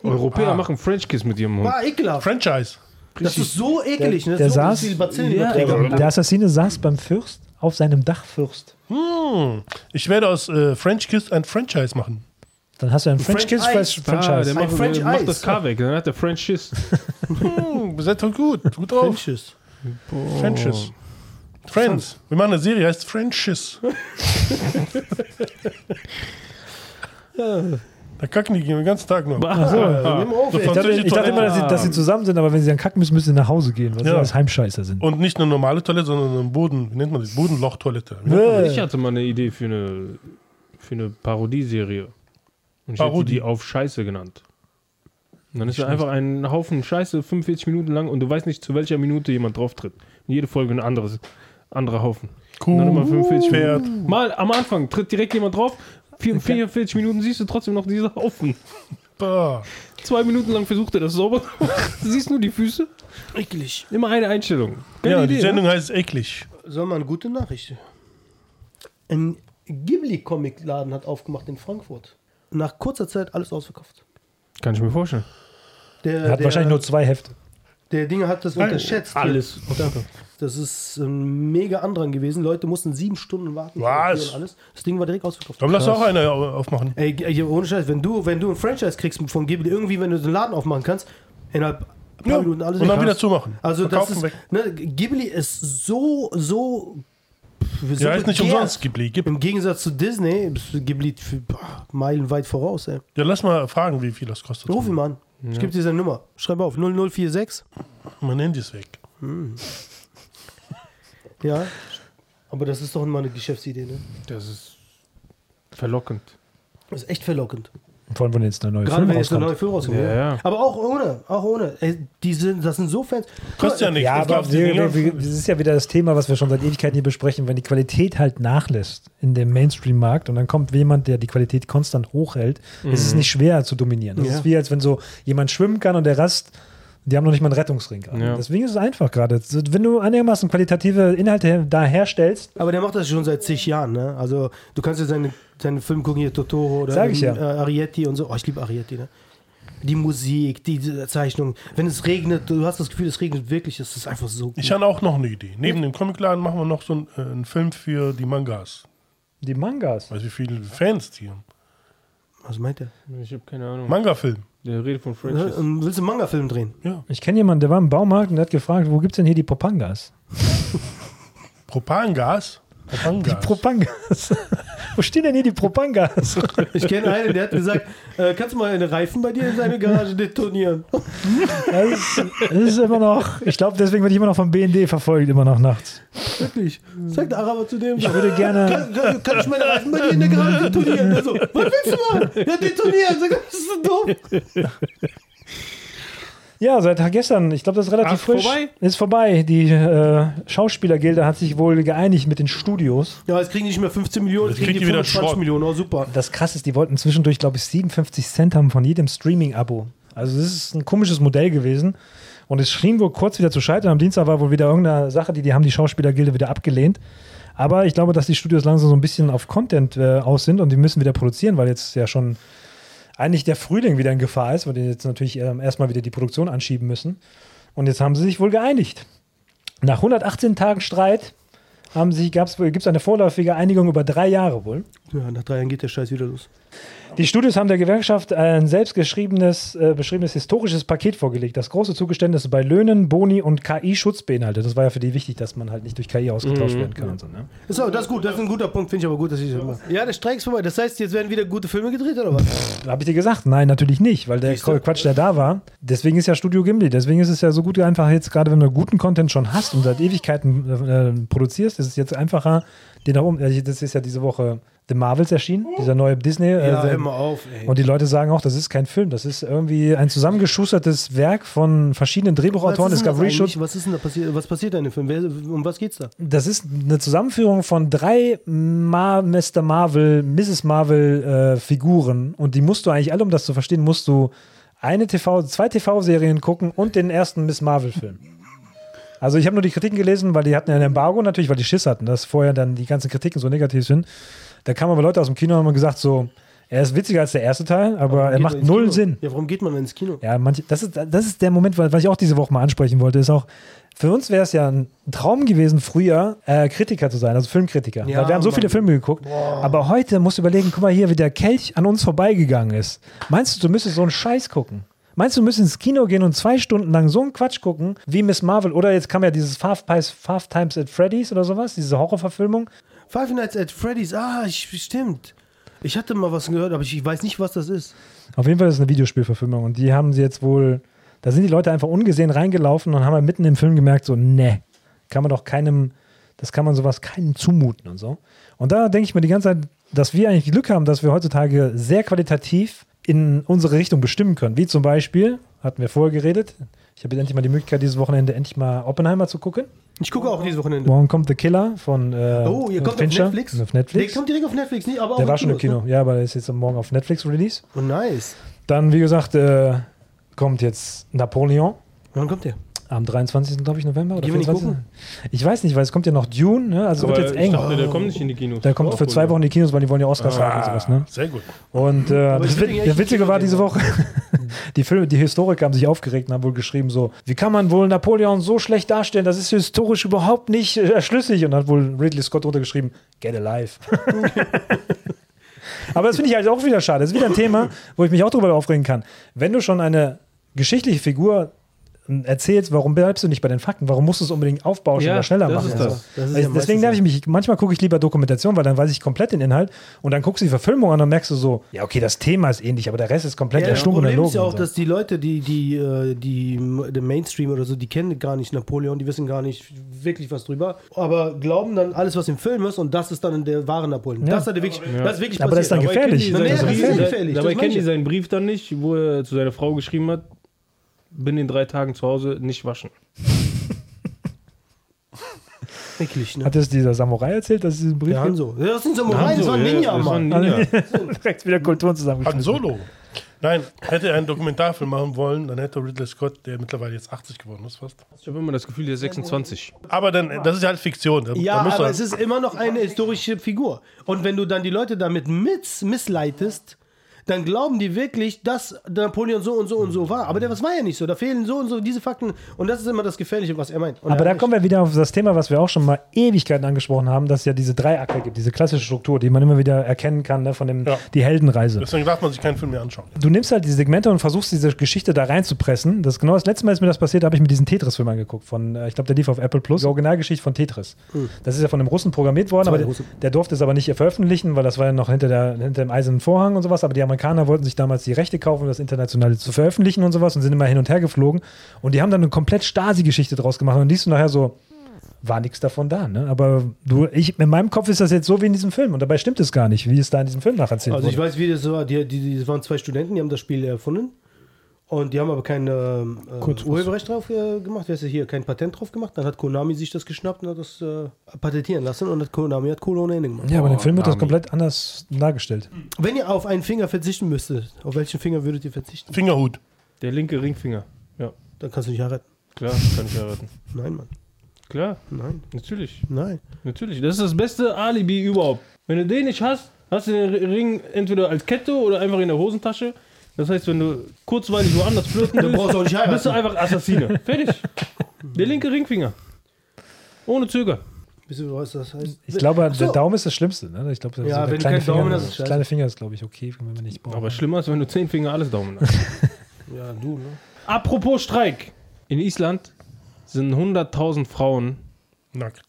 A: Europäer machen French Kiss mit ihrem Hund.
C: War ekelhaft.
B: Franchise.
C: Das ist so ekelig. ne?
D: der
C: so
D: saß-
C: viel Bazillen
A: Ja,
C: übertragen.
D: Der Assassine saß beim Fürst auf seinem Dachfürst.
B: Hm. Ich werde aus äh, French Kiss ein Franchise machen.
D: Dann hast du einen French
C: French
D: Kiss
C: Eyes.
D: French-
A: Ah, der
D: Franchise.
A: macht,
C: French
A: der macht
C: Eis.
A: das K weg, dann hat der French Kiss.
B: Hm, seid doch gut. Gut drauf.
C: Frenches.
A: oh.
B: Frenches. Friends. Wir machen eine Serie, heißt Frenches. Da kacken die den ganzen Tag nur.
A: Ach so,
C: Nimm auf,
B: So
C: ey.
D: ich dachte, ich dachte immer, dass sie,
A: Ah.
D: dass sie zusammen sind, aber wenn sie dann kacken müssen, müssen sie nach Hause gehen, weil sie
B: Ja.
D: alles Heimscheißer sind.
B: Und nicht eine normale Toilette, sondern eine Boden, wie nennt man das? Bodenlochtoilette. Wie nennt man
A: Ich hatte mal eine Idee für eine, für eine Parodieserie. Und ich Parodie. hätte
B: Parodie.
A: die auf Scheiße genannt. Und dann ist da einfach ein Haufen Scheiße 45 Minuten lang und du weißt nicht, zu welcher Minute jemand drauf tritt. Und jede Folge ein anderes, anderer Haufen.
B: das? Kuh,
A: Und dann immer 45
B: Pferd.
A: Minuten. Mal am Anfang tritt direkt jemand drauf. Vier- 44 Minuten siehst du trotzdem noch diese Haufen.
B: Bah.
A: Zwei Minuten lang versucht er das sauber zu machen. Du siehst nur die Füße.
C: Ekelig.
A: Immer eine Einstellung.
B: Ja,
A: Idee,
B: die
A: ne?
B: Sendung heißt eklig.
C: Soll man gute Nachricht? Ein Ghibli-Comic-Laden hat aufgemacht in Frankfurt. Nach kurzer Zeit alles ausverkauft.
A: Kann ich mir vorstellen.
C: Der,
D: Er hat
C: der,
D: wahrscheinlich nur zwei Hefte.
C: der Dinge hat das unterschätzt.
A: alles.
C: Das ist ein mega Andrang gewesen. Leute mussten sieben Stunden warten.
B: Was?
C: Und alles. Das Ding war direkt ausverkauft.
B: Dann lass auch einer au- aufmachen.
C: Ey, ey, ohne Scheiß, wenn du, wenn du ein Franchise kriegst von Ghibli, irgendwie, wenn du so einen Laden aufmachen kannst, innerhalb ein paar
B: Ja.
C: Minuten alles
B: Und dann
C: weg.
B: wieder zumachen.
C: Also das
B: Verkaufen
C: ist,
B: weg.
C: ne, Ghibli ist so, so. pff, so
B: Der heißt nicht
C: begehrt.
B: umsonst Ghibli. Gib,
C: Im Gegensatz zu Disney ist Ghibli f- boah, meilenweit voraus, ey.
B: ja, lass mal fragen, wie viel das kostet.
C: Ruf ihn mal an. Ich gebe dir seine Nummer. Schreib auf. 0046.
B: Mein Handy ist weg.
C: Ja. Aber das ist doch mal eine Geschäftsidee, ne?
A: Das ist verlockend.
C: Das ist echt verlockend.
D: Vor allem, wenn jetzt eine neue
C: Gerade
D: Film
C: wenn jetzt eine neue
D: rauskommt.
C: Film rauskommt.
A: Ja,
C: ja.
A: ja.
C: Aber auch ohne, auch ohne. Ey, die sind, das sind so Fans.
B: Kostet ja nichts.
D: Ja,
B: Ich
D: aber
B: glaub, die
D: wir,
B: Dinger-
D: wir, wir, das ist ja wieder das Thema, was wir schon seit Ewigkeiten hier besprechen. Wenn die Qualität halt nachlässt in dem Mainstream-Markt und dann kommt jemand, der die Qualität konstant hochhält, ist
B: Mhm.
D: es nicht schwer zu dominieren. Das
C: Ja.
D: ist wie, als wenn so jemand schwimmen kann und der Rast, die haben noch nicht mal einen Rettungsring. gerade.
A: Ja.
D: Deswegen ist es einfach gerade. Wenn du einigermaßen qualitative Inhalte her- da herstellst,
C: Aber der macht das schon seit zig Jahren, ne? Also du kannst ja seine, seine Filme gucken, hier Totoro oder
D: Sag ich ja.
C: äh, Arietti und so. Oh, ich liebe Arietti, ne? Die Musik, die, die Zeichnung. Wenn es regnet, du hast das Gefühl, es regnet wirklich. Es ist einfach so.
B: Ich habe auch noch eine Idee. Neben dem Comicladen machen wir noch so einen, äh, einen Film für die Mangas.
D: die Mangas.
B: Weißt du, wie viele Fans die haben?
C: Was meint er?
A: Ich habe keine Ahnung.
B: Manga-Film.
A: Der redet von
C: Ne?
A: Franchise.
C: Und Willst du einen Manga-Film drehen?
D: Ich kenne jemanden, der war im Baumarkt und der hat gefragt, wo gibt es denn hier die Popangas?
B: Propangas?
D: Die
B: Propangas.
D: Propangas. wo stehen denn hier die Propangas?
C: Ich kenne einen, der hat gesagt, äh, kannst du mal einen Reifen bei dir in seine Garage detonieren?
D: Das ist, das ist immer noch, ich glaube, deswegen werde ich immer noch vom BND verfolgt, immer noch nachts.
C: Wirklich. Sagt der Araber zu dem,
D: Ich würde gerne,
C: kann, kann kann ich meine Reifen bei dir in der Garage detonieren? Also, was willst du machen? Ja, detonieren. Sag, das ist so doof.
D: Ja, seit gestern. Ich glaube, das ist relativ
A: Ach,
D: frisch.
A: vorbei?
D: Ist vorbei. Die äh, Schauspielergilde hat sich wohl geeinigt mit den Studios.
C: Ja, jetzt kriegen die nicht mehr 15 Millionen,
B: Jetzt
C: jetzt kriegen
B: kriegen die
C: die
B: wieder
C: 25
B: Schrott.
C: Millionen. Oh, super.
D: Das krasse ist, die wollten zwischendurch, glaube ich, 57 Cent haben von jedem Streaming-Abo. Also, das ist ein komisches Modell gewesen. Und es schien wohl kurz wieder zu scheitern. Am Dienstag war wohl wieder irgendeine Sache, die, die haben die Schauspielergilde wieder abgelehnt. Aber ich glaube, dass die Studios langsam so ein bisschen auf Content äh, aus sind und die müssen wieder produzieren, weil jetzt ja schon eigentlich der Frühling wieder in Gefahr ist, weil die jetzt natürlich ähm, erstmal wieder die Produktion anschieben müssen. Und jetzt haben sie sich wohl geeinigt. Nach 118 Tagen Streit gibt es eine vorläufige Einigung über drei Jahre wohl.
C: Ja, nach drei Jahren geht der Scheiß wieder los.
D: Die Studios haben der Gewerkschaft ein selbstgeschriebenes, äh, beschriebenes historisches Paket vorgelegt, das große Zugeständnisse bei Löhnen, Boni und KI-Schutz beinhaltet. Das war ja für die wichtig, dass man halt nicht durch KI ausgetauscht werden kann. Und so, ne?
C: So, das ist gut, das ist ein guter Punkt, finde ich aber gut, dass ich das mache. Ja, der Streik ist vorbei. Das heißt, jetzt werden wieder gute Filme gedreht, oder was?
D: Habe ich dir gesagt? Nein, natürlich nicht, weil der
C: Siehste.
D: Quatsch, der da war. Deswegen ist ja Studio Gimli. Deswegen ist es ja so gut einfach jetzt, gerade wenn du guten Content schon hast und seit Ewigkeiten äh, äh, produzierst, ist es jetzt einfacher, den nach oben. äh, Das ist ja diese Woche The Marvels erschienen, dieser neue Disney. äh,
C: Ja,
D: der-
C: hör mal auf, ey.
D: Und die Leute sagen auch, das ist kein Film, das ist irgendwie ein zusammengeschustertes Werk von verschiedenen Drehbuchautoren,
C: Was ist denn das
D: Discovery
C: eigentlich?
D: Schutz.
C: Was ist denn da passiert? Was passiert da in dem Film? Wer, um was geht's da?
D: Das ist eine Zusammenführung von drei Ma Mr. Marvel, Mrs. Marvel äh, Figuren und die musst du eigentlich alle, um das zu verstehen, musst du eine TV, zwei TV-Serien gucken und den ersten Miss Marvel-Film. Also ich habe nur die Kritiken gelesen, weil die hatten ja ein Embargo natürlich, weil die Schiss hatten, dass vorher dann die ganzen Kritiken so negativ sind. Da kamen aber Leute aus dem Kino und haben gesagt so, er ist witziger als der erste Teil, aber, er
C: Geht
D: macht
C: man ins
D: null
C: Kino?
D: Sinn.
C: Ja, warum geht man denn ins Kino?
D: Ja, manche, das, ist, das ist der Moment, weil- was ich auch diese Woche mal ansprechen wollte, ist auch, für uns wäre es ja ein Traum gewesen, früher äh, Kritiker zu sein, also Filmkritiker.
C: Ja,
D: weil wir haben so
C: Mann.
D: viele Filme geguckt. Aber heute musst du überlegen, guck mal hier, wie der Kelch an uns vorbeigegangen ist. Meinst du, du müsstest so einen Scheiß gucken? Meinst du, du müsstest ins Kino gehen und zwei Stunden lang so einen Quatsch gucken, wie Miss Marvel? Oder jetzt kam ja dieses Five, Pies, Five Times at Freddy's oder sowas, diese Horrorverfilmung.
C: Five Nights at Freddy's, ah, ich, stimmt. Ich hatte mal was gehört, aber ich, ich weiß nicht, was das ist.
D: Auf jeden Fall ist es eine Videospielverfilmung und die haben sie jetzt wohl, da sind die Leute einfach ungesehen reingelaufen und haben halt mitten im Film gemerkt, so, ne, kann man doch keinem, das kann man sowas keinem zumuten und so. Und da denke ich mir die ganze Zeit, dass wir eigentlich Glück haben, dass wir heutzutage sehr qualitativ in unsere Richtung bestimmen können. Wie zum Beispiel, hatten wir vorher geredet, ich habe jetzt endlich mal die Möglichkeit, dieses Wochenende endlich mal Oppenheimer zu gucken.
C: Ich gucke auch dieses Wochenende.
D: Morgen kommt The Killer von äh,
C: Oh, ihr kommt auf
D: Fincher.
C: Netflix?
D: Auf Netflix.
C: Der kommt direkt auf Netflix, nicht? Aber auch ne?
D: Der war schon im
C: Kinos,
D: Kino, ja, aber der ist jetzt morgen auf Netflix Release.
C: ne? Oh, nice.
D: Dann, wie gesagt, äh, kommt jetzt Napoleon
C: Wann kommt der?
D: am 23. glaube ich November oder
C: Gehen wir nicht
D: 24. Ich weiß nicht, weil es kommt ja noch Dune, ne? also es wird jetzt
A: ich
D: eng.
A: dachte, der kommt nicht in die Kinos.
D: Da kommt für zwei Wochen die Kinos, weil die wollen ja
C: Ah.
D: Oscars haben und sowas. Ne?
B: Ah, Sehr gut.
D: Und äh,
C: ich
D: das,
C: würde ja
D: Wit- das
C: echt
D: Witzige
C: Kino
D: war
C: gehen
D: diese Woche, die Filme, die Historiker haben sich aufgeregt und haben wohl geschrieben so, wie kann man wohl Napoleon so schlecht darstellen, das ist historisch überhaupt nicht äh, schlüssig. Und hat wohl Ridley Scott runtergeschrieben, get alive. Aber das finde ich halt auch wieder schade. Das ist wieder ein Thema, wo ich mich auch drüber aufregen kann. Wenn du schon eine geschichtliche Figur m, erzählst, warum bleibst du nicht bei den Fakten? Warum musst du es unbedingt aufbauschen
A: Ja,
D: oder schneller
A: das
D: machen?
A: ist
D: Also,
A: das.
C: Das ist
D: weil-
C: ja
D: deswegen
C: meistens
D: darf ich mich, manchmal gucke ich lieber Dokumentation, weil dann weiß ich komplett den Inhalt und dann guckst du die Verfilmung an und dann merkst du so, ja, okay, das Thema ist ähnlich, aber der Rest ist komplett
C: Ja, das
D: erstunken und
C: Problem ist
D: erlogen.
C: ja
D: und
C: auch,
D: so.
C: dass die Leute, die, die, äh, die, m- der Mainstream oder so, die kennen gar nicht Napoleon, die wissen gar nicht wirklich was drüber, aber glauben dann alles, was im Film ist und das ist dann der wahre Napoleon.
D: Ja.
C: Das, hat er wirklich, das ist wirklich
D: Aber das ist dann
C: passiert.
A: Dabei kennen die
D: gefährlich.
C: Ja,
A: seinen
C: das ist
A: Brief-
C: sehr gefährlich,
A: Dabei
C: das
A: kennen
C: meine
A: die
C: ich.
A: seinen Brief dann nicht, wo er zu seiner Frau geschrieben hat, bin in drei Tagen zu Hause, nicht waschen.
C: Wirklich, ne?
D: Hat das dieser Samurai erzählt, dass es diesen Brief
C: Der
D: gibt?
C: Hanso. Das sind Samurai,
A: Hanzo,
C: das war ein
A: Also, ja,
C: Ninja,
A: das war ein
C: Mann.
A: Ninja.
D: Direkt wieder Kulturen
B: Han
D: zusammengeschnitten.
B: Solo. Nein, hätte er einen Dokumentarfilm machen wollen, dann hätte Ridley Scott, der mittlerweile jetzt 80 geworden ist, fast.
A: Ich habe immer das Gefühl, der ist 26.
B: Aber dann, das ist halt Fiktion. Da,
C: Ja,
B: da musst du
C: aber
B: halt,
C: es ist immer noch eine historische Figur. Und wenn du dann die Leute damit miss missleitest, dann glauben die wirklich, dass Napoleon so und so und so war. Aber der, was war ja nicht so. Da fehlen so und so diese Fakten. Und das ist immer das Gefährliche, was er meint. Und
D: Aber
C: er
D: da
C: hat
D: kommen wir wieder auf das Thema, was wir auch schon mal Ewigkeiten angesprochen haben, dass es ja diese Dreiakte gibt, diese klassische Struktur, die man immer wieder erkennen kann, ne, von dem,
B: Ja.
D: die Heldenreise.
B: deswegen darf man sich keinen Film mehr anschauen.
D: du nimmst halt diese Segmente und versuchst diese Geschichte da reinzupressen. Das genau das letzte Mal ist mir das passiert, da habe ich mir diesen Tetris-Film angeguckt von, äh, ich glaube, der lief auf Apple Plus. Die Originalgeschichte von Tetris. Das ist ja von einem Russen programmiert worden, aber der,
C: Hm. Russen.
D: der durfte es aber nicht veröffentlichen, weil das war ja noch hinter, der, hinter dem eisernen Vorhang und sowas. Aber die Amerikaner wollten sich damals die Rechte kaufen, um das internationale zu veröffentlichen und sowas und sind immer hin und her geflogen. Und die haben dann eine komplett Stasi-Geschichte draus gemacht und liest du nachher so. War nichts davon da, ne? Aber du, ich, in meinem Kopf ist das jetzt so wie in diesem Film und dabei stimmt es gar nicht, wie es da in diesem Film nacherzählt
C: Also ich
D: wurde.
C: weiß, wie das war. Die, die, die das waren zwei Studenten, die haben das Spiel erfunden. Und die haben aber kein ähm, äh, Urheberrecht drauf äh, gemacht, weißt du, hier kein Patent drauf gemacht. Dann hat Konami sich das geschnappt und hat das äh, patentieren lassen und hat Konami hat Kohle ohne Ende gemacht.
D: Ja, aber im Film wird das
F: Nami.
D: komplett anders dargestellt.
C: Wenn ihr auf einen Finger verzichten müsstet, auf welchen Finger würdet ihr verzichten?
B: Fingerhut.
A: Der linke Ringfinger. Ja,
C: Dann kannst du nicht heiraten.
A: klar, kann ich heiraten.
C: Nein, Mann.
A: Klar,
C: Nein,
A: natürlich.
C: nein.
A: Natürlich. Das ist das beste Alibi überhaupt. Wenn du den nicht hast, hast du den Ring entweder als Kette oder einfach in der Hosentasche. Das heißt, wenn du kurzweilig woanders flirten willst,
C: brauchst du auch nicht heiraten.
A: bist du einfach Assassine. Fertig. Der linke Ringfinger. Ohne Zögern.
C: Wisst ihr, was das heißt?
D: Ich glaube,
C: so.
D: der Daumen ist das Schlimmste. Ne? Ich glaube,
C: Ja,
D: der
C: wenn du
D: kleine
C: keinen Daumen
D: Finger,
C: hast, ist scheiße.
D: kleine Finger ist, glaube ich, okay, wenn man
C: Oh.
D: nicht braucht.
A: Aber schlimmer ist, wenn du zehn Finger alles Daumen hast.
C: Ja, du, ne?
A: Apropos Streik. In Island sind 100.000 Frauen
B: Nackt.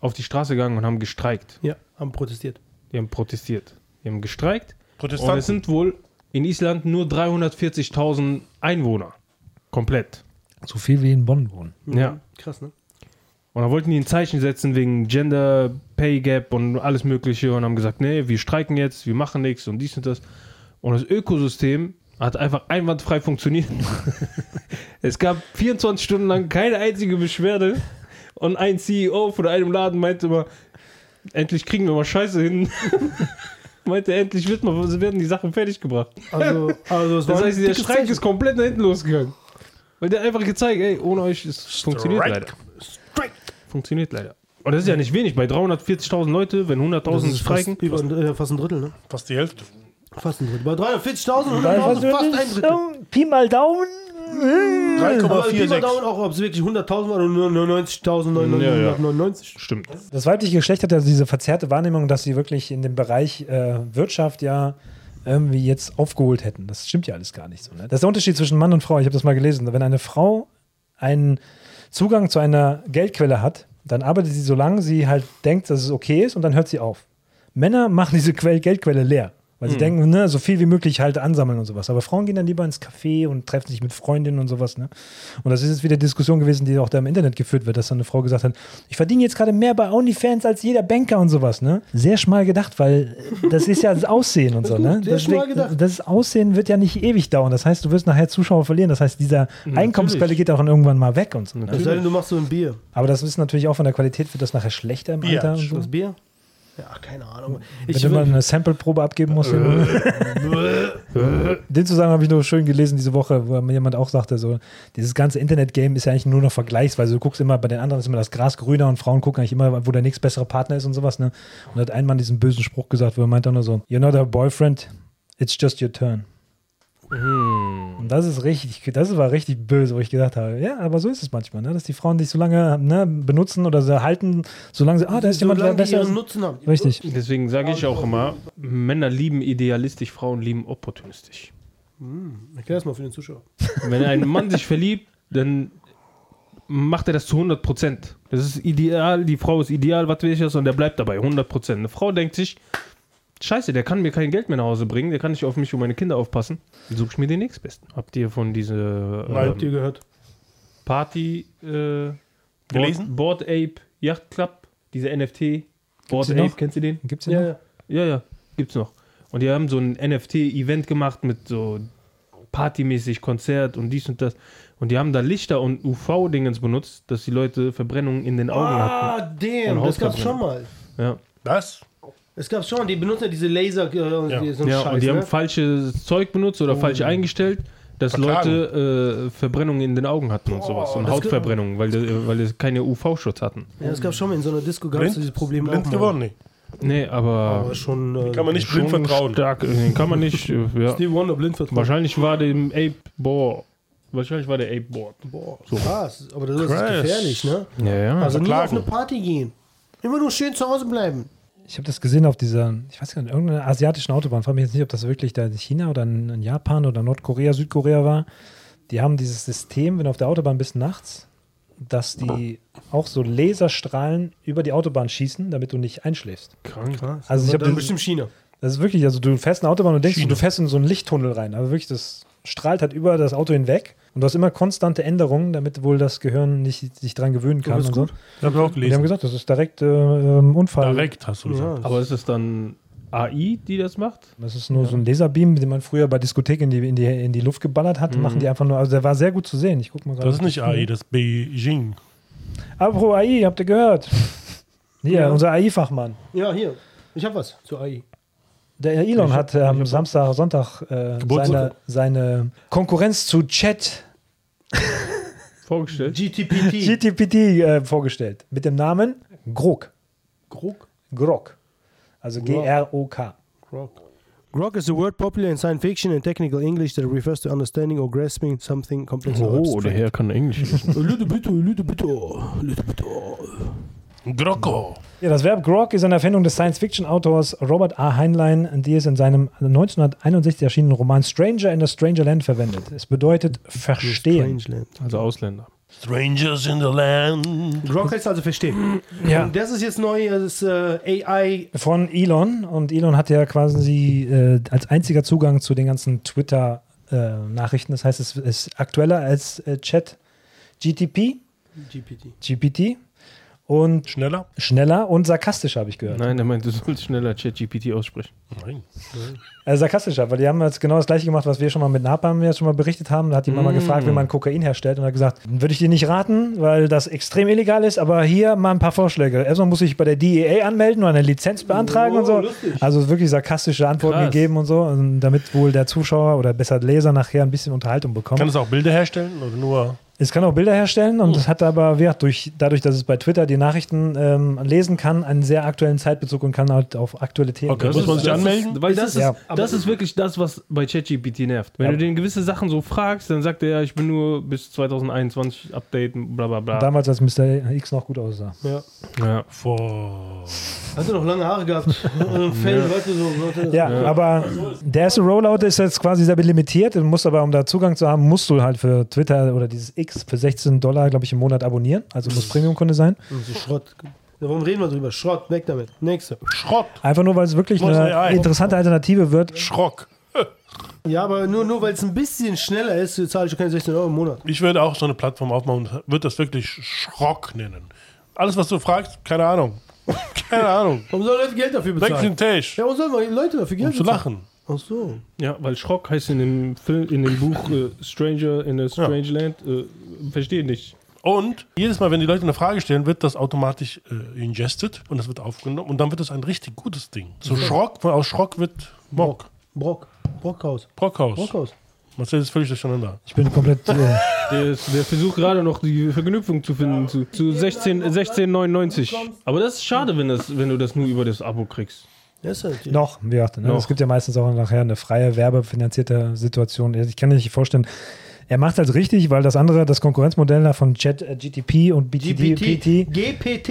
A: auf die Straße gegangen und haben gestreikt.
C: Ja, haben protestiert.
A: Die haben protestiert. Die haben gestreikt. Und es
B: Protestanten.
A: sind wohl in Island nur 340.000 Einwohner. Komplett.
D: so viel wie in Bonn wohnen.
A: Ja.
C: Krass, ne?
A: Und da wollten die ein Zeichen setzen wegen Gender Pay Gap und alles Mögliche und haben gesagt, nee, wir streiken jetzt, wir machen nichts und dies und das. Und das Ökosystem hat einfach einwandfrei funktioniert. es gab 24 Stunden lang keine einzige Beschwerde und ein CEO von einem Laden meinte immer, endlich kriegen wir mal Scheiße hin. meinte, endlich wird mal, werden die Sachen fertiggebracht.
C: Also, also es war
A: Das
C: ein
A: heißt, der
C: dickes
A: Streik
C: Zeichen.
A: ist komplett nach hinten losgegangen. Weil der hat einfach gezeigt, ey, ohne euch, es funktioniert leider. Funktioniert leider. Und das ist ja nicht wenig. Bei 340.000 Leute, wenn
C: Das
A: 100.000
C: ist fast,
A: streiken.
C: über, äh, fast ein Drittel, ne?
B: Fast die Hälfte.
C: Fast ein Drittel. Bei 340.000, 100.000, fast ein Drittel.
E: Pi mal Daumen.
C: Aber Pi
B: 3,46.
C: mal Daumen auch, ob es wirklich 100.000 oder nur 99.999.
A: Stimmt.
D: Das weibliche Geschlecht hat ja diese verzerrte Wahrnehmung, dass sie wirklich in dem Bereich äh, Wirtschaft ja irgendwie jetzt aufgeholt hätten. Das stimmt ja alles gar nicht so. Ne? Das ist der Unterschied zwischen Mann und Frau. Ich habe das mal gelesen. Wenn eine Frau einen Zugang zu einer Geldquelle hat, dann arbeitet sie so lange, sie halt denkt, dass es okay ist und dann hört sie auf. Männer machen diese Quell Geldquelle leer. Weil
C: Hm.
D: sie denken, ne, so viel wie möglich halt ansammeln und sowas. Aber Frauen gehen dann lieber ins Café und treffen sich mit Freundinnen und sowas. Ne? Und das ist jetzt wieder Diskussion gewesen, die auch da im Internet geführt wird, dass dann eine Frau gesagt hat, ich verdiene jetzt gerade mehr bei OnlyFans als jeder Banker und sowas. Ne? Sehr schmal gedacht, weil äh, das ist ja das Aussehen und so. Ne?
C: Sehr schmal gedacht.
D: das Aussehen wird ja nicht ewig dauern. Das heißt, du wirst nachher Zuschauer verlieren. Das heißt, dieser Einkommensquelle geht auch dann irgendwann mal weg und so. Ne?
C: Es sei denn, du machst so ein Bier.
D: Aber das ist natürlich auch von der Qualität, wird das nachher schlechter im
B: Bier.
D: Alter. Und so.
C: Das Bier? Ja, keine Ahnung.
D: Wenn
C: Ich
D: du mal
C: würd-
D: eine Sample-Probe abgeben musst. Den Zusammenhang habe ich noch schön gelesen diese Woche, wo mir jemand auch sagte, so, dieses ganze Internet-Game ist ja eigentlich nur noch vergleichsweise. Du guckst immer, bei den anderen ist immer das Gras grüner und Frauen gucken eigentlich immer, wo der nächst bessere Partner ist und sowas. Ne? Und da hat ein Mann diesen bösen Spruch gesagt, wo er meinte auch nur so, you're not a boyfriend, it's just your turn.
C: Hm.
D: Und das ist richtig, das war richtig böse, wo ich gedacht habe, ja, aber so ist es manchmal, ne? dass die Frauen dich so lange ne, benutzen oder so halten, solange sie, ah, da ist jemand, der
C: solange die
D: besser ist.
C: ihren Nutzen haben.
D: Richtig.
A: Deswegen sage ich auch immer, Männer lieben idealistisch, Frauen lieben opportunistisch.
C: Erklär das mal für den Zuschauer.
A: Wenn ein Mann sich verliebt, dann macht er das zu 100 Prozent. Das ist ideal, die Frau ist ideal, was will ich das, und der bleibt dabei, 100 Prozent. Eine Frau denkt sich, scheiße, der kann mir kein Geld mehr nach Hause bringen, der kann nicht auf mich und meine Kinder aufpassen, dann suche ich mir den nächstbesten. Habt ihr von dieser
B: Nein.
A: ähm,
C: Habt ihr gehört?
A: Party äh,
B: Gelesen?
A: Board, Board Ape Yacht Club, diese NFT. Board
D: sie
A: Ape,
D: noch?
A: kennst du den?
D: Gibt's
C: Ja,
D: ja,
C: ja.
A: Ja, ja, gibt's noch. Und die haben so ein NFT-Event gemacht mit so partymäßig Konzert und dies und das. Und die haben da Lichter und UV-Dingens benutzt, dass die Leute Verbrennungen in den Augen hatten.
C: Ah, damn,
A: Und
C: das gab's
A: Hausverbrenner.
C: schon mal.
A: Ja,
B: Das?
C: Es gab's schon, die benutzen ja diese Laser äh, und
B: Ja.
C: die- so einen
A: ja
C: Scheiß,
A: und die haben
C: ne?
A: falsches Zeug benutzt oder falsch eingestellt, dass
B: Verklagen.
A: Leute äh, Verbrennungen in den Augen hatten und sowas. Und
C: das ge-
A: Hautverbrennungen, weil, die- äh, weil sie keine UV-Schutz hatten.
C: Ja, das gab's schon mal in so einer Disco, gab's
B: Blind,
C: diese Probleme
B: blind
C: auch mal.
B: geworden, nee.
A: Nee, aber.
C: Aber schon äh,
B: Kann man nicht blind
A: schon
B: vertrauen.
A: Stark, den kann man nicht. äh, ja.
C: Steve Wonder blind vertraut.
A: Wahrscheinlich war dem Ape Board. Wahrscheinlich war der Ape Board.
C: Boah, krass. Aber das ist
B: Krass.
C: gefährlich, ne?
A: Ja, ja.
C: Also nie auf
B: verklagen.
C: eine Party gehen. Immer nur schön zu Hause bleiben.
D: Ich habe das gesehen auf dieser, ich weiß gar nicht, irgendeiner asiatischen Autobahn. Frag mich jetzt nicht, ob das wirklich da in China oder in, in Japan oder Nordkorea, Südkorea war. Die haben dieses System, wenn du auf der Autobahn bist nachts, dass die auch so Laserstrahlen über die Autobahn schießen, damit du nicht einschläfst.
A: krank.
D: Also ich
C: Dann
D: habe das,
C: bestimmt China.
D: das ist wirklich, also du fährst eine Autobahn und denkst,
B: China.
D: du fährst in so einen Lichttunnel rein. Aber wirklich, das strahlt halt über das Auto hinweg und du hast immer konstante Änderungen, damit wohl das Gehirn nicht sich dran gewöhnen kann.
C: bist
D: Und so.
C: gut.
B: Ich habe auch
D: Die haben
B: gelesen.
D: gesagt, das ist direkt äh, ähm, Unfall.
B: Direkt hast du gesagt.
C: Ja,
A: Aber ist es dann AI, die das macht.
D: Das ist nur so ein Laserbeam, den man früher bei Diskotheken in die, in die, in die Luft geballert hat. Machen die einfach nur. Also der war sehr gut zu sehen. Ich guck mal gerade.
B: Mhm. Das ist nicht AI, das ist Beijing.
D: Apropos AI, habt ihr gehört? Hier, unser AI-Fachmann.
C: Ja, hier. Ich habe was zu AI.
D: Der Elon hat am Samstag, Sonntag äh, seine,
B: Geburtstag.
D: seine Konkurrenz zu Chat
A: Vorgestellt.
C: GTPT.
D: GTPT äh, vorgestellt. Mit dem Namen Grok.
C: Grok?
D: Grok. Also G-R-O-K.
C: Grok. Grok is a word popular in science fiction and technical English that refers to understanding or grasping something complex
B: Oh,
C: or abstract.
A: Oh, Herr kann Englisch.
C: Lüde bitte, lüde bitte, lüde bitte.
B: Grocko.
D: Ja, das Verb Grog ist eine Erfindung des Science-Fiction-Autors Robert A. Heinlein, die es in seinem 1961 erschienenen Roman Stranger in the Stranger Land verwendet. Es bedeutet verstehen.
C: Strangeland.
A: Also Ausländer.
B: Strangers in the Land.
C: Grok heißt also verstehen.
D: Ja.
C: Und das ist jetzt neu, das ist äh, AI.
D: Von Elon. Und Elon hat ja quasi äh, als einziger Zugang zu den ganzen Twitter-Nachrichten. das heißt, es ist aktueller als äh, Chat GTP,
C: GPT.
D: GPT und
B: Schneller?
D: schneller und sarkastischer, habe ich gehört.
A: Nein, er meint, du sollst schneller ChatGPT aussprechen.
B: Nein.
D: Äh, sarkastischer, weil die haben jetzt genau das gleiche gemacht, was wir schon mal mit Napalm ja schon mal berichtet haben. Da hat die Mama
B: Mm.
D: gefragt, wie man Kokain herstellt und hat gesagt, würde ich dir nicht raten, weil das extrem illegal ist, aber hier mal ein paar Vorschläge. Erstmal muss ich bei der DEA anmelden und eine Lizenz beantragen
C: Oh,
D: und so.
C: lustig.
D: Also wirklich sarkastische Antworten
A: Krass.
D: gegeben und so, und damit wohl der Zuschauer oder besser Leser nachher ein bisschen Unterhaltung bekommt.
B: Kann Oh. es auch Bilder herstellen oder nur
D: Es kann auch Bilder herstellen und es hat aber ja, durch, dadurch, dass es bei Twitter die Nachrichten ähm, lesen kann, einen sehr aktuellen Zeitbezug und kann halt auf aktuelle Themen.
B: Okay. Muss man sich
A: das
B: anmelden?
A: Ist, weil das,
D: das- ja.
A: ist, das ist wirklich das, was bei ChatGPT nervt. Wenn
D: Ja.
A: du den gewisse Sachen so fragst, dann sagt er, ja, ich bin nur bis 2021 updaten, bla bla bla.
D: Damals, als Mr. X noch gut aussah.
C: Ja.
A: Ja.
B: vor.
C: Hat er noch lange Haare gehabt? Äh, Fell, weißt du so. weißt du,
D: Ja, aber der erste Rollout ist jetzt quasi sehr limitiert. Du musst aber, um da Zugang zu haben, musst du halt für Twitter oder dieses X für 16 Dollar, glaube ich, im Monat abonnieren. Also muss Premium-Kunde sein.
C: so Schrott. Ja, Warum reden wir drüber? Schrott, weg damit. Nächste.
B: Schrott.
D: Einfach nur, weil es wirklich
B: Muss
D: eine
B: AI.
D: interessante Alternative wird.
B: Schrock.
C: Ja, aber nur, nur weil es ein bisschen schneller ist, zahle ich doch keine 16 Euro im Monat.
B: Ich würde auch so eine Plattform aufmachen und würde das wirklich Schrock nennen. Alles, was du fragst, keine Ahnung. Keine Ahnung.
C: Warum sollen Leute Geld dafür
B: Weg den
C: bezahlen?
B: Tisch.
C: Ja, warum sollen wir Leute dafür Geld
B: Um zu lachen.
C: Ach so.
A: ja, weil Schrock heißt in dem Film, in dem Buch äh, Stranger in a Strange Land, äh, verstehe nicht.
B: Und jedes Mal, wenn die Leute eine Frage stellen, wird das automatisch äh, ingested und das wird aufgenommen und dann wird das ein richtig gutes Ding. Zu Schrock, von aus Schrock wird Mock.
C: Brock. Brockhaus.
B: Brockhaus.
C: Brockhaus.
B: Marcel ist völlig durcheinander.
D: Ich bin komplett. Äh,
A: Der, ist, der versucht gerade noch die Verknüpfung zu finden zu, zu 16 16,99. Aber das ist schade, wenn, das, wenn du das nur über das Abo kriegst.
C: Das ist halt.
D: noch, wie gesagt, ne?
A: Noch.
D: Es gibt ja meistens auch nachher eine freie, werbefinanzierte Situation. Ich kann mir nicht vorstellen. Er macht halt richtig, weil das andere, das Konkurrenzmodell da von Chat, äh, GTP und BTD,
C: GPT.
D: PT,
C: GPT.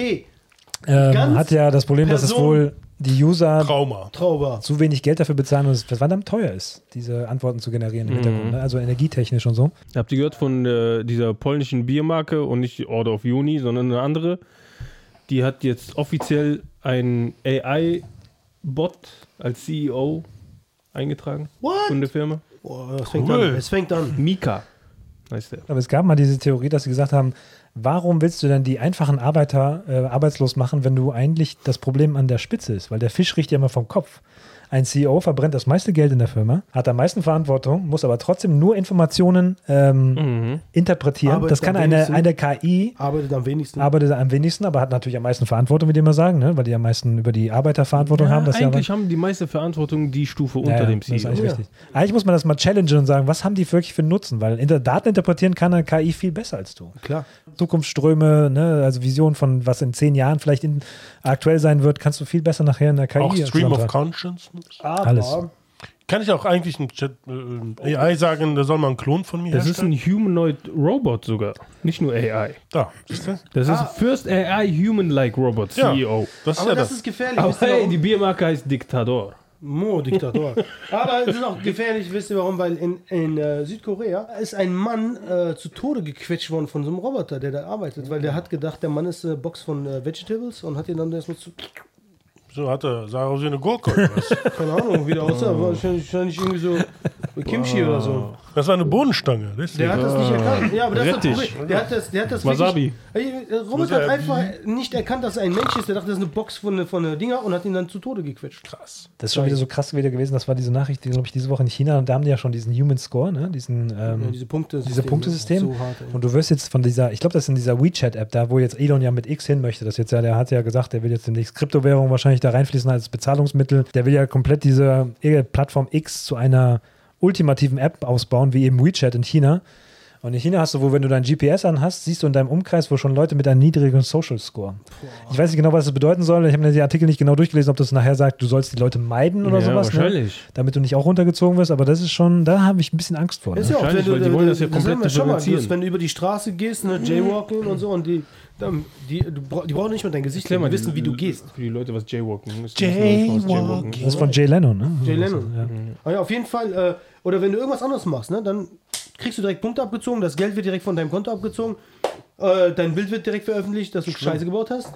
D: ähm,
C: Ganz
D: hat ja das Problem, dass es
C: Person-
D: wohl die User
B: Trauma.
C: Trauber.
D: zu wenig Geld dafür bezahlen und es verdammt teuer ist, diese Antworten zu generieren im Hintergrund. Ne? Also energietechnisch und so.
A: Habt ihr gehört von äh, dieser polnischen Biermarke und nicht die Order of Uni, sondern eine andere? Die hat jetzt offiziell einen AI-Bot als CEO eingetragen
C: What?
A: von der Firma.
C: Boah, es Oh, fängt
B: Cool.
C: an. Es fängt an.
A: Mika heißt der.
D: Aber es gab mal diese Theorie, dass sie gesagt haben, warum willst du denn die einfachen Arbeiter äh, arbeitslos machen, wenn du eigentlich das Problem an der Spitze ist? Weil der Fisch riecht ja immer vom Kopf. Ein CEO verbrennt das meiste Geld in der Firma, hat am meisten Verantwortung, muss aber trotzdem nur Informationen ähm, interpretieren.
C: Arbeitet
D: das kann
C: am
D: eine,
C: wenigsten.
D: eine KI
C: Arbeitet am wenigsten.
D: arbeitet am wenigsten, aber hat natürlich am meisten Verantwortung, würde ich mal sagen, ne? weil die am meisten über die Arbeiterverantwortung haben. dass sie aber-
A: eigentlich haben die meiste Verantwortung die Stufe unter
D: Ja, ja,
A: dem E
D: das
B: E
D: ist
A: CEO.
D: Eigentlich, richtig. eigentlich muss man das mal challengen und sagen, was haben die wirklich für einen Nutzen? Weil inter Daten interpretieren kann eine KI viel besser als du.
C: Klar.
D: Zukunftsströme, ne, also Visionen von was in zehn Jahren vielleicht in, aktuell sein wird, kannst du viel besser nachher in der KI.
B: Auch Stream of
D: zusammentragen.
B: Conscience.
C: Aber
D: Alles.
B: Kann ich auch eigentlich im Chat äh, AI sagen, da soll mal ein Klon von mir
A: Das ist
B: herstellen?
A: ein Humanoid Robot sogar, nicht nur AI.
B: da, siehst du?
A: Das ist First AI Human-like Robot
B: Ja.
A: CEO.
B: Das ist
C: Aber
B: ja
C: das
B: das.
C: ist gefährlich.
A: Aber
C: Wisst ihr
A: hey,
C: warum?
A: die Biermarke heißt Diktador.
C: Mo, Diktator. Aber es ist auch gefährlich, wisst ihr warum? Weil in, in äh, Südkorea ist ein Mann äh, zu Tode gequetscht worden von so einem Roboter, der da arbeitet, weil der hat gedacht, der Mann ist eine Box von äh, Vegetables und hat ihn dann erstmal zu.
B: so hat er, sah aus wie eine Gurke oder was?
C: Keine Ahnung, wie der aussah. War wahrscheinlich, wahrscheinlich irgendwie so Kimchi oder so.
B: Das war eine Bodenstange.
C: Der
B: Deswegen.
C: hat das nicht erkannt. Ja, aber das ist das
A: Rettich.
C: Problem. Der hat das, der hat das
A: Wasabi.
C: Wirklich, Ey, äh, Robert hat einfach nicht erkannt, dass er ein Mensch ist. Der dachte, das ist eine Box von, von Dinger und hat ihn dann zu Tode gequetscht.
B: Krass.
D: Das ist schon wieder so krass wieder gewesen. Das war diese Nachricht, die, glaube ich, diese Woche in China. Und da haben die ja schon diesen Human Score, ne? diesen ähm,
C: Ja, diese Punkte.
D: diese Punktesystem.
C: So hart, ey.
D: und du wirst jetzt von dieser, ich glaube, das ist in dieser WeChat-App, da wo jetzt Elon ja mit X hin möchte, das jetzt ja, der hat ja gesagt, der will jetzt demnächst Kryptowährung wahrscheinlich da reinfließen als Bezahlungsmittel. Der will ja komplett diese Plattform X zu einer ultimativen App ausbauen, wie eben WeChat in China. Und in China hast du, wo wenn du dein GPS an hast, siehst du in deinem Umkreis wohl schon Leute mit einem niedrigen Social Score. Ich weiß nicht genau, was das bedeuten soll. Ich habe mir die Artikel nicht genau durchgelesen, ob das nachher sagt, du sollst die Leute meiden oder
A: Ja,
D: sowas.
A: wahrscheinlich.
D: Ne? Damit du nicht auch runtergezogen wirst. Aber das ist schon, da habe ich ein bisschen Angst vor. Ne?
C: Das ist ja auch, wenn
A: Wahrscheinlich,
C: du,
A: weil die wollen das ja
C: haben wir
A: komplett
C: schon mal,
A: differenzieren. Mhm.
C: dass wenn du über die Straße gehst, ne, Jaywalking und so, und die, dann, die, du bra- die brauchen nicht mal dein Gesicht,
A: Erklär
C: die
A: mal
C: wissen, wie du gehst.
A: Für die Leute, was Jaywalking ist.
B: Jaywalking.
D: Das ist von Jay Leno, ne?
C: Jay Leno.
D: Ja.
C: Aber ja, auf jeden Fall, äh, oder wenn du irgendwas anderes machst, ne, dann kriegst du direkt Punkte abgezogen, das Geld wird direkt von deinem Konto abgezogen, äh, dein Bild wird direkt veröffentlicht, dass du Scheiße gebaut hast.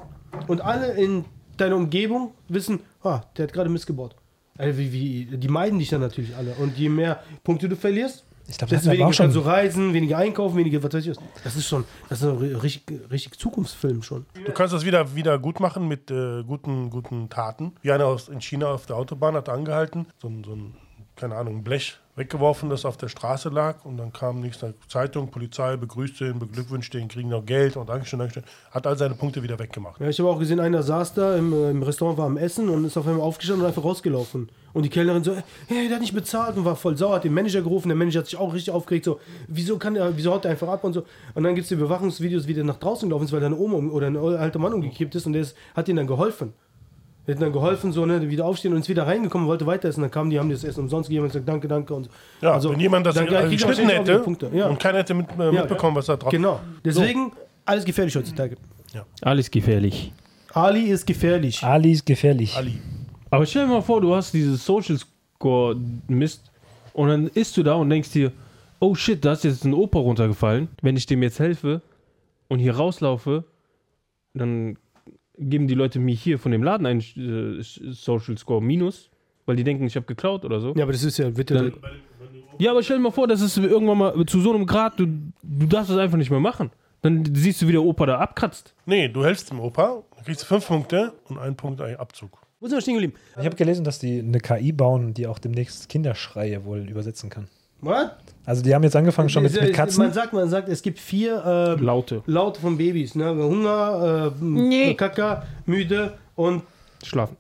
C: Und alle in deiner Umgebung wissen, ah, der hat gerade Mist gebaut. Äh, wie, wie, die meiden dich dann natürlich alle. Und je mehr Punkte du verlierst,
D: Ich glaube, das
C: Desto
D: hat
C: weniger
D: auch schon.
C: kannst du reisen, weniger einkaufen, weniger was weiß ich was. Das ist schon, das ist ein ri- richtig, richtig Zukunftsfilm schon.
B: Du kannst das wieder, wieder gut machen mit äh, guten, guten Taten. Wie einer aus, in China auf der Autobahn hat angehalten, so ein, so ein, keine Ahnung, Blech weggeworfen, das auf der Straße lag. Und dann kam nächste Zeitung, Polizei begrüßte ihn, beglückwünschte ihn, kriegen noch Geld und Dankeschön, Dankeschön. Hat all seine Punkte wieder weggemacht.
C: Ja, ich habe auch gesehen, einer saß da im, äh, im Restaurant, war am Essen und ist auf einmal aufgestanden und einfach rausgelaufen. Und die Kellnerin so, hey, der hat nicht bezahlt und war voll sauer, hat den Manager gerufen, der Manager hat sich auch richtig aufgeregt, so, wieso kann der, wieso haut der einfach ab und so. Und dann gibt es die Überwachungsvideos, wie der nach draußen gelaufen ist, weil da eine Oma um, oder ein alter Mann umgekippt ist und der ist, hat ihm dann geholfen. Der hat dann geholfen, so, ne, wieder aufstehen und ist wieder reingekommen, wollte weiter essen. Dann kamen die, haben das Essen umsonst gegeben und gesagt, danke, danke und so.
B: Ja, wenn jemand das
C: Also, dann kriegt
B: geschnitten
C: er wahrscheinlich auch wieder
B: hätte
C: Punkte. Ja.
B: und keiner hätte mit, äh, mitbekommen, was da drauf
C: Genau. Deswegen, alles gefährlich heutzutage.
A: Alles gefährlich.
C: Ali ist gefährlich.
D: Ali ist gefährlich.
B: Ali.
A: Aber stell dir mal vor, du hast dieses Social Score Mist und dann isst du da und denkst dir, oh shit, da ist jetzt ein Opa runtergefallen. Wenn ich dem jetzt helfe und hier rauslaufe, dann geben die Leute mir hier von dem Laden einen äh, Social Score Minus, weil die denken, ich habe geklaut oder so.
C: Ja, aber das ist ja, wird
A: Dann- Ja, aber stell dir mal vor, das ist irgendwann mal zu so einem Grad, du, du darfst es einfach nicht mehr machen. Dann siehst du, wie der Opa da abkratzt.
B: Nee, du hältst dem Opa, dann kriegst du fünf Punkte und einen Punkt einen Abzug.
C: Wo sind wir stehen geblieben?
D: Ich habe gelesen, dass die eine KI bauen, die auch demnächst Kinderschreie wohl übersetzen kann.
C: Was?
D: Also die haben jetzt angefangen schon mit, mit
C: Man
D: Katzen.
C: sagt, man sagt, es gibt vier äh,
A: Laute,
C: Laute von Babys. Ne? Hunger, äh, Kacke, müde und
A: schlafen.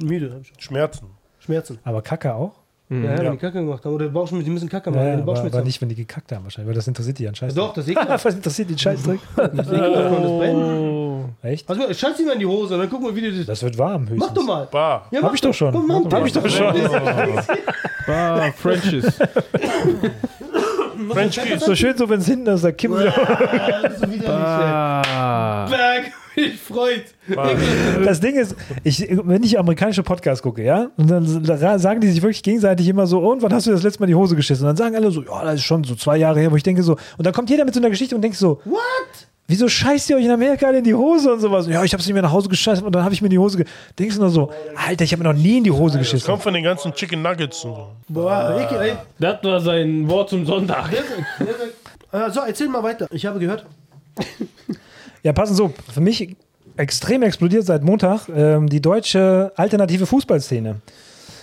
C: müde. hab ich schon.
B: Schmerzen.
C: Schmerzen.
D: Aber Kacke auch?
C: Ja, wenn die Kacke gemacht haben. Oder Bauchschmerzen, die müssen Kacke machen,
D: Mhm. Ja,
C: wenn die
D: aber,
C: Bauchschmerzen
D: aber nicht, wenn die gekackt haben wahrscheinlich, weil das interessiert die ja einen
C: haben.
D: Scheißdreck.
C: Doch, das ekelhaft.
D: Was interessiert die einen Scheißdreck?
C: Das ekelhaft, man, das
D: Oh.
C: brennt.
A: Oh.
D: Echt?
C: Also, scheiß ihm mal in die Hose, dann gucken wir, wie du das...
D: Das wird warm höchstens.
C: Mach doch mal.
B: Bah.
C: Ja,
D: Hab
C: mach
D: ich doch schon.
C: Komm, mach
D: Hab ich doch schon.
A: Ah, Frenches.
B: French Kiss.
D: So schön, so wenn es hinten ist, da kippen sie auch.
C: So wieder
A: Ah.
C: Berg, mich freut.
D: Das Ding ist, ich, wenn ich amerikanische Podcasts gucke, ja, und dann ra- sagen die sich wirklich gegenseitig immer so, und wann hast du das letzte Mal die Hose geschissen? Und dann sagen alle so, ja, das ist schon so zwei Jahre her, wo ich denke so, und dann kommt jeder mit so einer Geschichte und denkt so,
C: What?
D: wieso scheißt ihr euch in Amerika alle in die Hose und sowas? Ja, ich hab's nicht mehr nach Hause geschissen und dann habe ich mir in die Hose ge Denkst du nur so, Alter, ich habe mir noch nie in die Hose geschissen.
B: Kommt von den ganzen Chicken Nuggets und so.
D: Ah.
C: Boah, ekel, ey.
A: Das war sein Wort zum Sonntag.
C: Äh, so, erzähl mal weiter. Ich habe gehört.
D: Ja, passen so, für mich extrem explodiert seit Montag ähm, die deutsche alternative Fußballszene.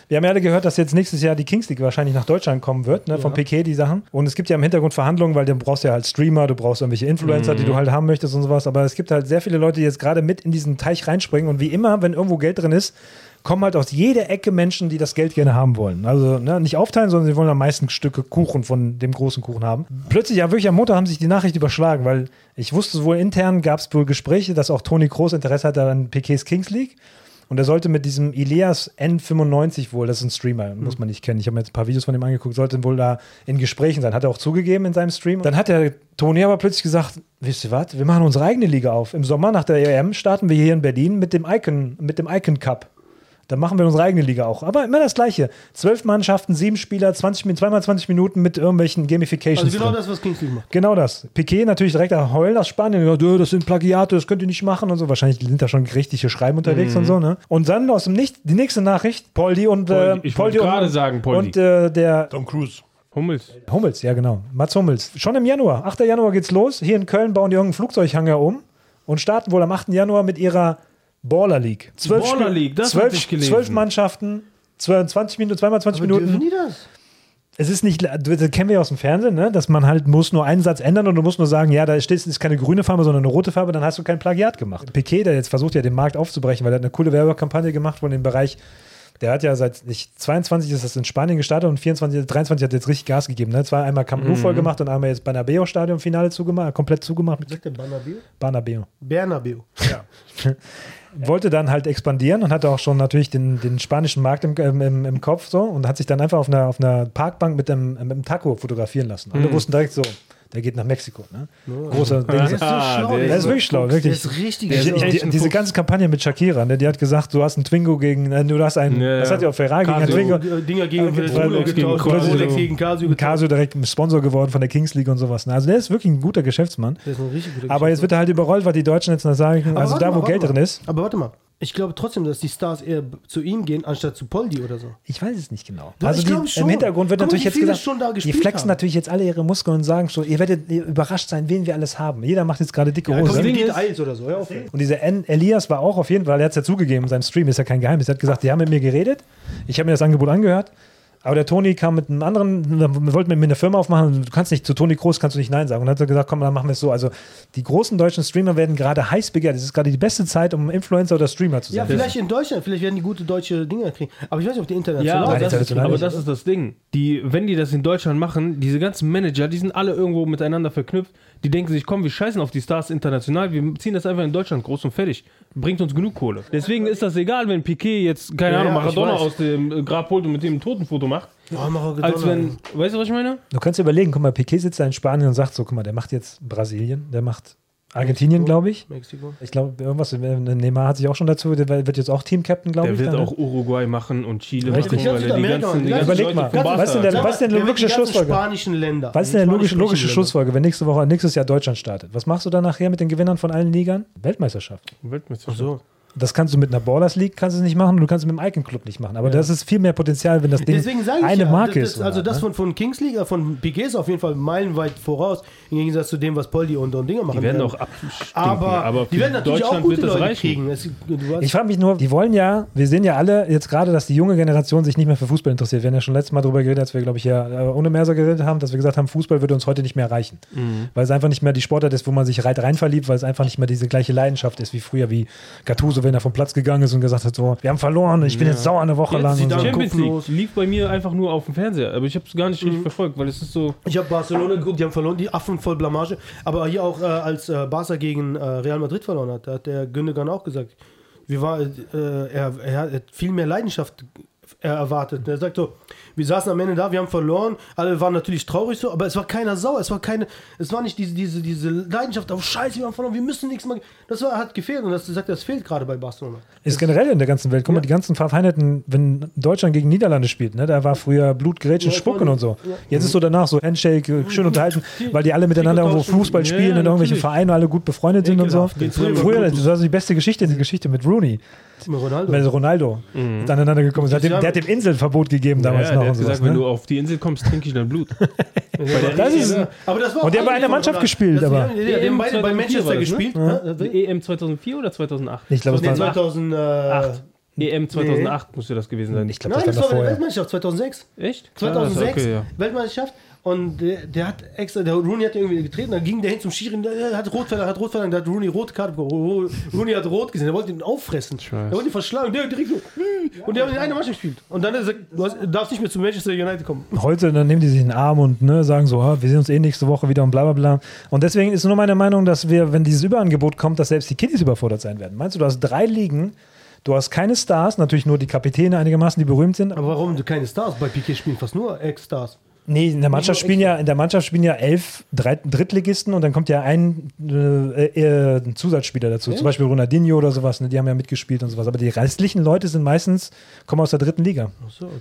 D: Wir haben ja alle gehört, dass jetzt nächstes Jahr die Kings League wahrscheinlich nach Deutschland kommen wird, ne, von Piquet die Sachen. Und es gibt ja im Hintergrund Verhandlungen, weil du brauchst ja halt Streamer, du brauchst irgendwelche Influencer, die du halt haben möchtest und sowas. Aber es gibt halt sehr viele Leute, die jetzt gerade mit in diesen Teich reinspringen. Und wie immer, wenn irgendwo Geld drin ist, kommen halt aus jeder Ecke Menschen, die das Geld gerne haben wollen. Also ne, nicht aufteilen, sondern sie wollen am meisten Stücke Kuchen von dem großen Kuchen haben. Plötzlich, ja wirklich am Montag haben sich die Nachricht überschlagen, weil ich wusste wohl intern, gab es wohl Gespräche, dass auch Toni Kroos Interesse hatte an Piquets Kings League. Und er sollte mit diesem Elias N95 wohl, das ist ein Streamer, muss man nicht kennen. Ich habe mir jetzt ein paar Videos von ihm angeguckt, sollte wohl da in Gesprächen sein. Hat er auch zugegeben in seinem Stream. Dann hat der Toni aber plötzlich gesagt: Wisst ihr was, wir machen E unsere eigene Liga auf. Im Sommer nach der EM starten wir hier in Berlin mit dem Icon, mit dem Icon Cup. Dann machen wir unsere eigene Liga auch. Aber immer das Gleiche. Zwölf Mannschaften, sieben Spieler, 20, Min- zweimal 20 Minuten mit irgendwelchen Gamifications.
C: Also genau
D: drin.
C: das, was Kings League macht.
D: Genau das. Piquet natürlich direkt am Heulen aus Spanien. Ja, du, das sind Plagiate, das könnt ihr nicht machen und so. Wahrscheinlich sind da schon richtige Schreiben unterwegs
A: Mhm.
D: und so. Ne? Und dann aus dem Nichts die nächste Nachricht. Poldi und äh,
A: Poldi. Ich
D: Poldi
A: wollte
D: und-
A: gerade sagen, Poldi.
D: und äh, der
B: Tom Cruise.
A: Hummels.
D: Hummels, ja genau. Mats Hummels. Schon im Januar. 8. Januar geht's los. Hier in Köln bauen die irgendeinen Flugzeughanger um und starten wohl am 8. Januar mit ihrer Baller League. Zwölf
A: Baller
D: Spiel-
A: League, das
D: zwölf,
A: hatte ich gelesen.
D: zwölf Mannschaften, 20 Minuten, zweimal 20
C: Aber
D: Minuten
C: dürfen die das?
D: es ist nicht, das kennen wir ja aus dem Fernsehen, ne? dass man halt muss nur einen Satz ändern und du musst nur sagen, ja, da steht, ist keine grüne Farbe, sondern eine rote Farbe, dann hast du kein Plagiat gemacht. Piquet, der jetzt versucht ja den Markt aufzubrechen, weil er hat eine coole Werbekampagne gemacht von dem Bereich, der hat ja seit ich, 22 ist das in Spanien gestartet und 24, 23 hat jetzt richtig Gas gegeben. Ne? Zwar einmal Camp Nou voll gemacht und einmal jetzt Banabeo Stadion Finale zugemacht, komplett zugemacht mit
C: Sagt der Bernabeu?
D: Banabeo
C: Bernabeu.
D: wollte dann halt expandieren und hatte auch schon natürlich den, den spanischen Markt im, im, im Kopf so und hat sich dann einfach auf einer, auf einer Parkbank mit einem, mit einem Taco fotografieren lassen.
A: Mhm.
D: Alle wussten direkt so, der geht nach Mexiko. Ne? Großer Ding.
A: ist so schlau, der
D: Der ist wirklich schlau,
C: Ah, Der
D: wirklich.
C: ist richtig
A: Der ist
D: Ich,
C: schlau.
A: echt-
D: die,
A: ein
D: diese
A: Fuchs.
D: ganze Kampagne mit Shakira, ne, die hat gesagt, du hast einen Twingo gegen, äh, du hast einen,
A: Ja,
D: was
A: ja.
D: hat die auch Ferrari gegen einen
A: Casio.
D: Twingo?
C: Äh, Dinger gegen
D: Okay,
C: Rolex
A: Rolex gegen
C: getauscht,
A: Casio.
C: Rolex gegen Casio getauscht.
D: Casio direkt Sponsor geworden von der Kings League und sowas. ne. Also der ist wirklich ein guter Geschäftsmann.
C: Der ist ein richtig guter
D: Aber jetzt wird er halt überrollt, weil die Deutschen jetzt sagen,
C: Aber
D: also
C: warte
D: da,
C: mal,
D: wo
C: warte
D: Geld
C: mal.
D: drin ist.
C: Aber warte mal. Ich glaube trotzdem, dass die Stars eher b- zu ihm gehen, anstatt zu Poldi oder so.
D: Ich weiß es nicht genau.
C: Doch,
D: also
C: ich
D: die,
C: glaub
D: im
C: schon.
D: Hintergrund wird
C: Guck mal, wie
D: natürlich jetzt
C: viele
D: gesagt,
C: schon da
D: die
C: gespielt
D: flexen
C: haben.
D: natürlich jetzt alle ihre Muskeln und sagen so, ihr werdet ihr überrascht sein, wen wir alles haben. Jeder macht jetzt gerade dicke
A: komm,
D: Hose.
A: Ding
C: Geht
A: ist-
C: Eis oder so. Ja, auf jeden Fall.
D: Und dieser N. Elias war auch auf jeden Fall, er hat es ja zugegeben in seinem Stream, ist ja kein Geheimnis. Er hat gesagt, die haben mit mir geredet, ich habe mir das Angebot angehört. Aber der Toni kam mit einem anderen, wollte mit mir eine Firma aufmachen, du kannst nicht zu Toni Groß, kannst du nicht Nein sagen. Und dann hat er gesagt, komm, dann machen wir es so. Also die großen deutschen Streamer werden gerade heiß begehrt. Es ist gerade die beste Zeit, um Influencer oder Streamer zu sein.
C: ja, vielleicht in Deutschland, vielleicht werden die gute deutsche Dinger kriegen. Aber ich weiß nicht, ob die
A: Ja,
C: international
A: aber
D: Nein,
A: das, ist,
D: international
A: aber
D: nicht.
A: das ist das Ding. Die, wenn die das in Deutschland machen, diese ganzen Manager, die sind alle irgendwo miteinander verknüpft. Die denken sich, komm, wir scheißen auf die Stars international, wir ziehen das einfach in Deutschland groß und fertig. Bringt uns genug Kohle. Deswegen ist das egal, wenn Piquet jetzt, keine
C: Ja,
A: Ahnung,
C: ja, ich
A: Maradona
C: weiß.
A: aus dem äh, Grab holt und mit dem ein Totenfoto macht.
C: Oh, Maradona,
A: also, Als wenn,
C: ey.
A: weißt du, was ich meine?
D: Du kannst dir überlegen, guck mal, Piquet sitzt da in Spanien und sagt so, guck mal, der macht jetzt Brasilien, der macht Argentinien, glaube ich.
C: Mexiko.
D: Ich glaube, irgendwas, Neymar hat sich auch schon dazu, der wird jetzt auch Team-Captain, glaube
A: Der
D: ich.
A: wird
D: dann, ne?
A: auch Uruguay machen und Chile
D: Richtig.
A: machen, weil er die
C: Ja,
A: ganzen, die
C: Südamerika,
A: ganzen
D: überleg mal.
A: Leute vom
D: Ganz- weißt du,
A: Barca
D: der-
A: hat.
D: was ist denn
C: Der wird die
D: logische
C: ganzen
D: Schlussfolgerung?
C: spanischen Länder.
D: Was ist denn
C: Die
D: eine logische,
C: spanischen
D: logische
C: Länder.
D: Schlussfolge, wenn nächste Woche, nächstes Jahr Deutschland startet? Was machst du dann nachher mit den Gewinnern von allen Ligern? Weltmeisterschaft.
A: Weltmeisterschaft.
C: So.
D: Das kannst du mit einer Ballers League, kannst du es nicht machen, und du kannst es mit dem Icon Club nicht machen. Aber das ist viel mehr Potenzial, wenn das Ding
C: Deswegen sage ich
D: eine
C: ja,
D: Marke
C: das,
D: ist.
C: das, Also
D: oder,
C: das
D: ne?
C: von, von Kings League, äh, von Piquet ist auf jeden Fall meilenweit voraus, im Gegensatz zu dem, was Poldi und, und Dinger machen.
A: Die werden
C: werden.
A: auch abstinken,
C: aber,
A: aber
C: die werden
A: für
C: natürlich auch
A: Deutschland
C: gute
A: wird das
C: Leute
A: reichen.
C: kriegen. Es, du hast,
D: Ich frage mich nur, die wollen ja, wir sehen ja alle jetzt gerade, dass die junge Generation sich nicht mehr für Fußball interessiert. Wir haben ja schon letztes Mal darüber geredet, als wir, glaube ich, ja äh, ohne Merser geredet haben, dass wir gesagt haben, Fußball würde uns heute nicht mehr erreichen.
A: Mhm.
D: Weil es einfach nicht mehr die Sportart ist, wo man sich reit rein verliebt, weil es einfach nicht mehr diese gleiche Leidenschaft ist wie früher, wie Gattuso, wenn er vom Platz gegangen ist und gesagt hat, so, wir haben verloren und ich bin jetzt sauer eine Woche
A: Jetzt
D: lang.
A: die
D: Und so.
A: Champions
C: Kopflos.
A: League lief bei mir einfach nur auf dem Fernseher, aber ich habe es gar nicht
C: Mhm.
A: richtig verfolgt, weil es ist so.
C: ich habe Barcelona geguckt, die haben verloren, die Affen voll Blamage. Aber hier auch, äh, als äh, Barca gegen äh, Real Madrid verloren hat, da hat der Gündogan auch gesagt, wir war, äh, er, er hat viel mehr Leidenschaft äh, erwartet. Er sagt so, wir saßen am Ende da, wir haben verloren, alle waren natürlich traurig so, aber es war keiner sauer, es war keine, es war nicht diese, diese, diese Leidenschaft auf Scheiße, wir haben verloren, wir müssen nichts mehr. Das war, hat gefehlt und das sagt, das fehlt gerade bei Barcelona.
D: Ist generell in der ganzen Welt. Guck mal, die ganzen verfeindeten, wenn Deutschland gegen Niederlande spielt, ne, da war früher Blut, Grätschen,
C: Ja,
D: Spucken
C: voll.
D: und so.
C: Ja.
D: Jetzt ist so danach so Handshake, äh, schön unterhalten, weil die alle miteinander
A: Ticket
D: irgendwo
A: tauschen.
D: Fußball
A: Ja,
D: spielen
A: ja,
D: und irgendwelche
A: natürlich.
D: Vereine alle gut befreundet sind und so.
A: Ekelhaft. Den Früher-
D: Früher, das war so die beste Geschichte, die Geschichte mit Rooney,
C: Ronaldo.
D: mit Ronaldo, ist aneinander gekommen. ist. Der hat dem, der hat dem Inselverbot gegeben damals
A: Ja,
D: noch
A: der
D: und
A: hat gesagt,
D: sowas.
A: wenn
D: Ne?
A: du auf die Insel kommst, trinke ich dein Blut.
D: Das ist,
C: aber das war
D: Und der
C: auch
D: bei einer
C: eigentlich
D: Mannschaft
C: von-
D: gespielt,
C: das-
D: aber-
C: Ja, ja, der
A: EM
C: bei, bei
A: 2004 war
C: Manchester
A: das,
C: gespielt. Ne?
A: Die EM 2004 E oder E 2008?
D: ich glaube,
C: Nee,
D: es war
C: äh, 2008.
A: EM 2008 müsste das gewesen sein.
D: ich glaube,
C: Nein,
D: das
C: das
D: war
C: war bei der
D: vorher.
C: Weltmeisterschaft 2006.
A: Echt? Ah, das-
C: 2006
A: okay, ja.
C: Weltmeisterschaft und der, der hat extra, der Rooney hat irgendwie getreten, dann ging der hin zum Schiri, der hat rot verlangt, hat rot verlangt, der hat Rooney rot Karte bekommen. Rooney hat rot gesehen, der wollte ihn auffressen,
A: weiß.
C: der wollte ihn verschlagen, der direkt so, "Hm." und der hat in einer Mannschaft gespielt. Und dann hat er gesagt, du hast, darfst nicht mehr zu Manchester United kommen.
D: Heute, dann nehmen die sich in den Arm und ne, sagen so, ah, wir sehen uns eh nächste Woche wieder und bla bla bla. Und deswegen ist nur meine Meinung, dass wir, wenn dieses Überangebot kommt, dass selbst die Kiddies überfordert sein werden. Meinst du, du hast drei Ligen, du hast keine Stars, natürlich nur die Kapitäne einigermaßen, die berühmt sind.
C: Aber warum du keine Stars? Bei Piquet spielen fast nur Ex-Stars.
D: Nee, in der Mannschaft spielen ja, in der Mannschaft spielen ja elf Drei- Drittligisten und dann kommt ja ein äh, äh, Zusatzspieler dazu, zum Beispiel Ronaldinho oder sowas, ne? die haben ja mitgespielt und sowas. Aber die restlichen Leute sind meistens, kommen aus der dritten Liga.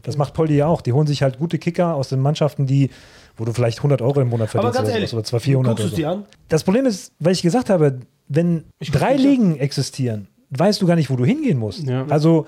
D: Das macht Poldi ja auch. Die holen sich halt gute Kicker aus den Mannschaften, die, wo du vielleicht 100 Euro im Monat
C: Aber
D: verdienst
C: ganz
D: oder,
C: ehrlich,
D: sowas, oder zwar 400
C: guckst du es
D: oder so.
C: dir an?
D: Das Problem ist, weil ich gesagt habe, wenn drei Ligen existieren, weißt du gar nicht, wo du hingehen musst.
A: Ja.
D: Also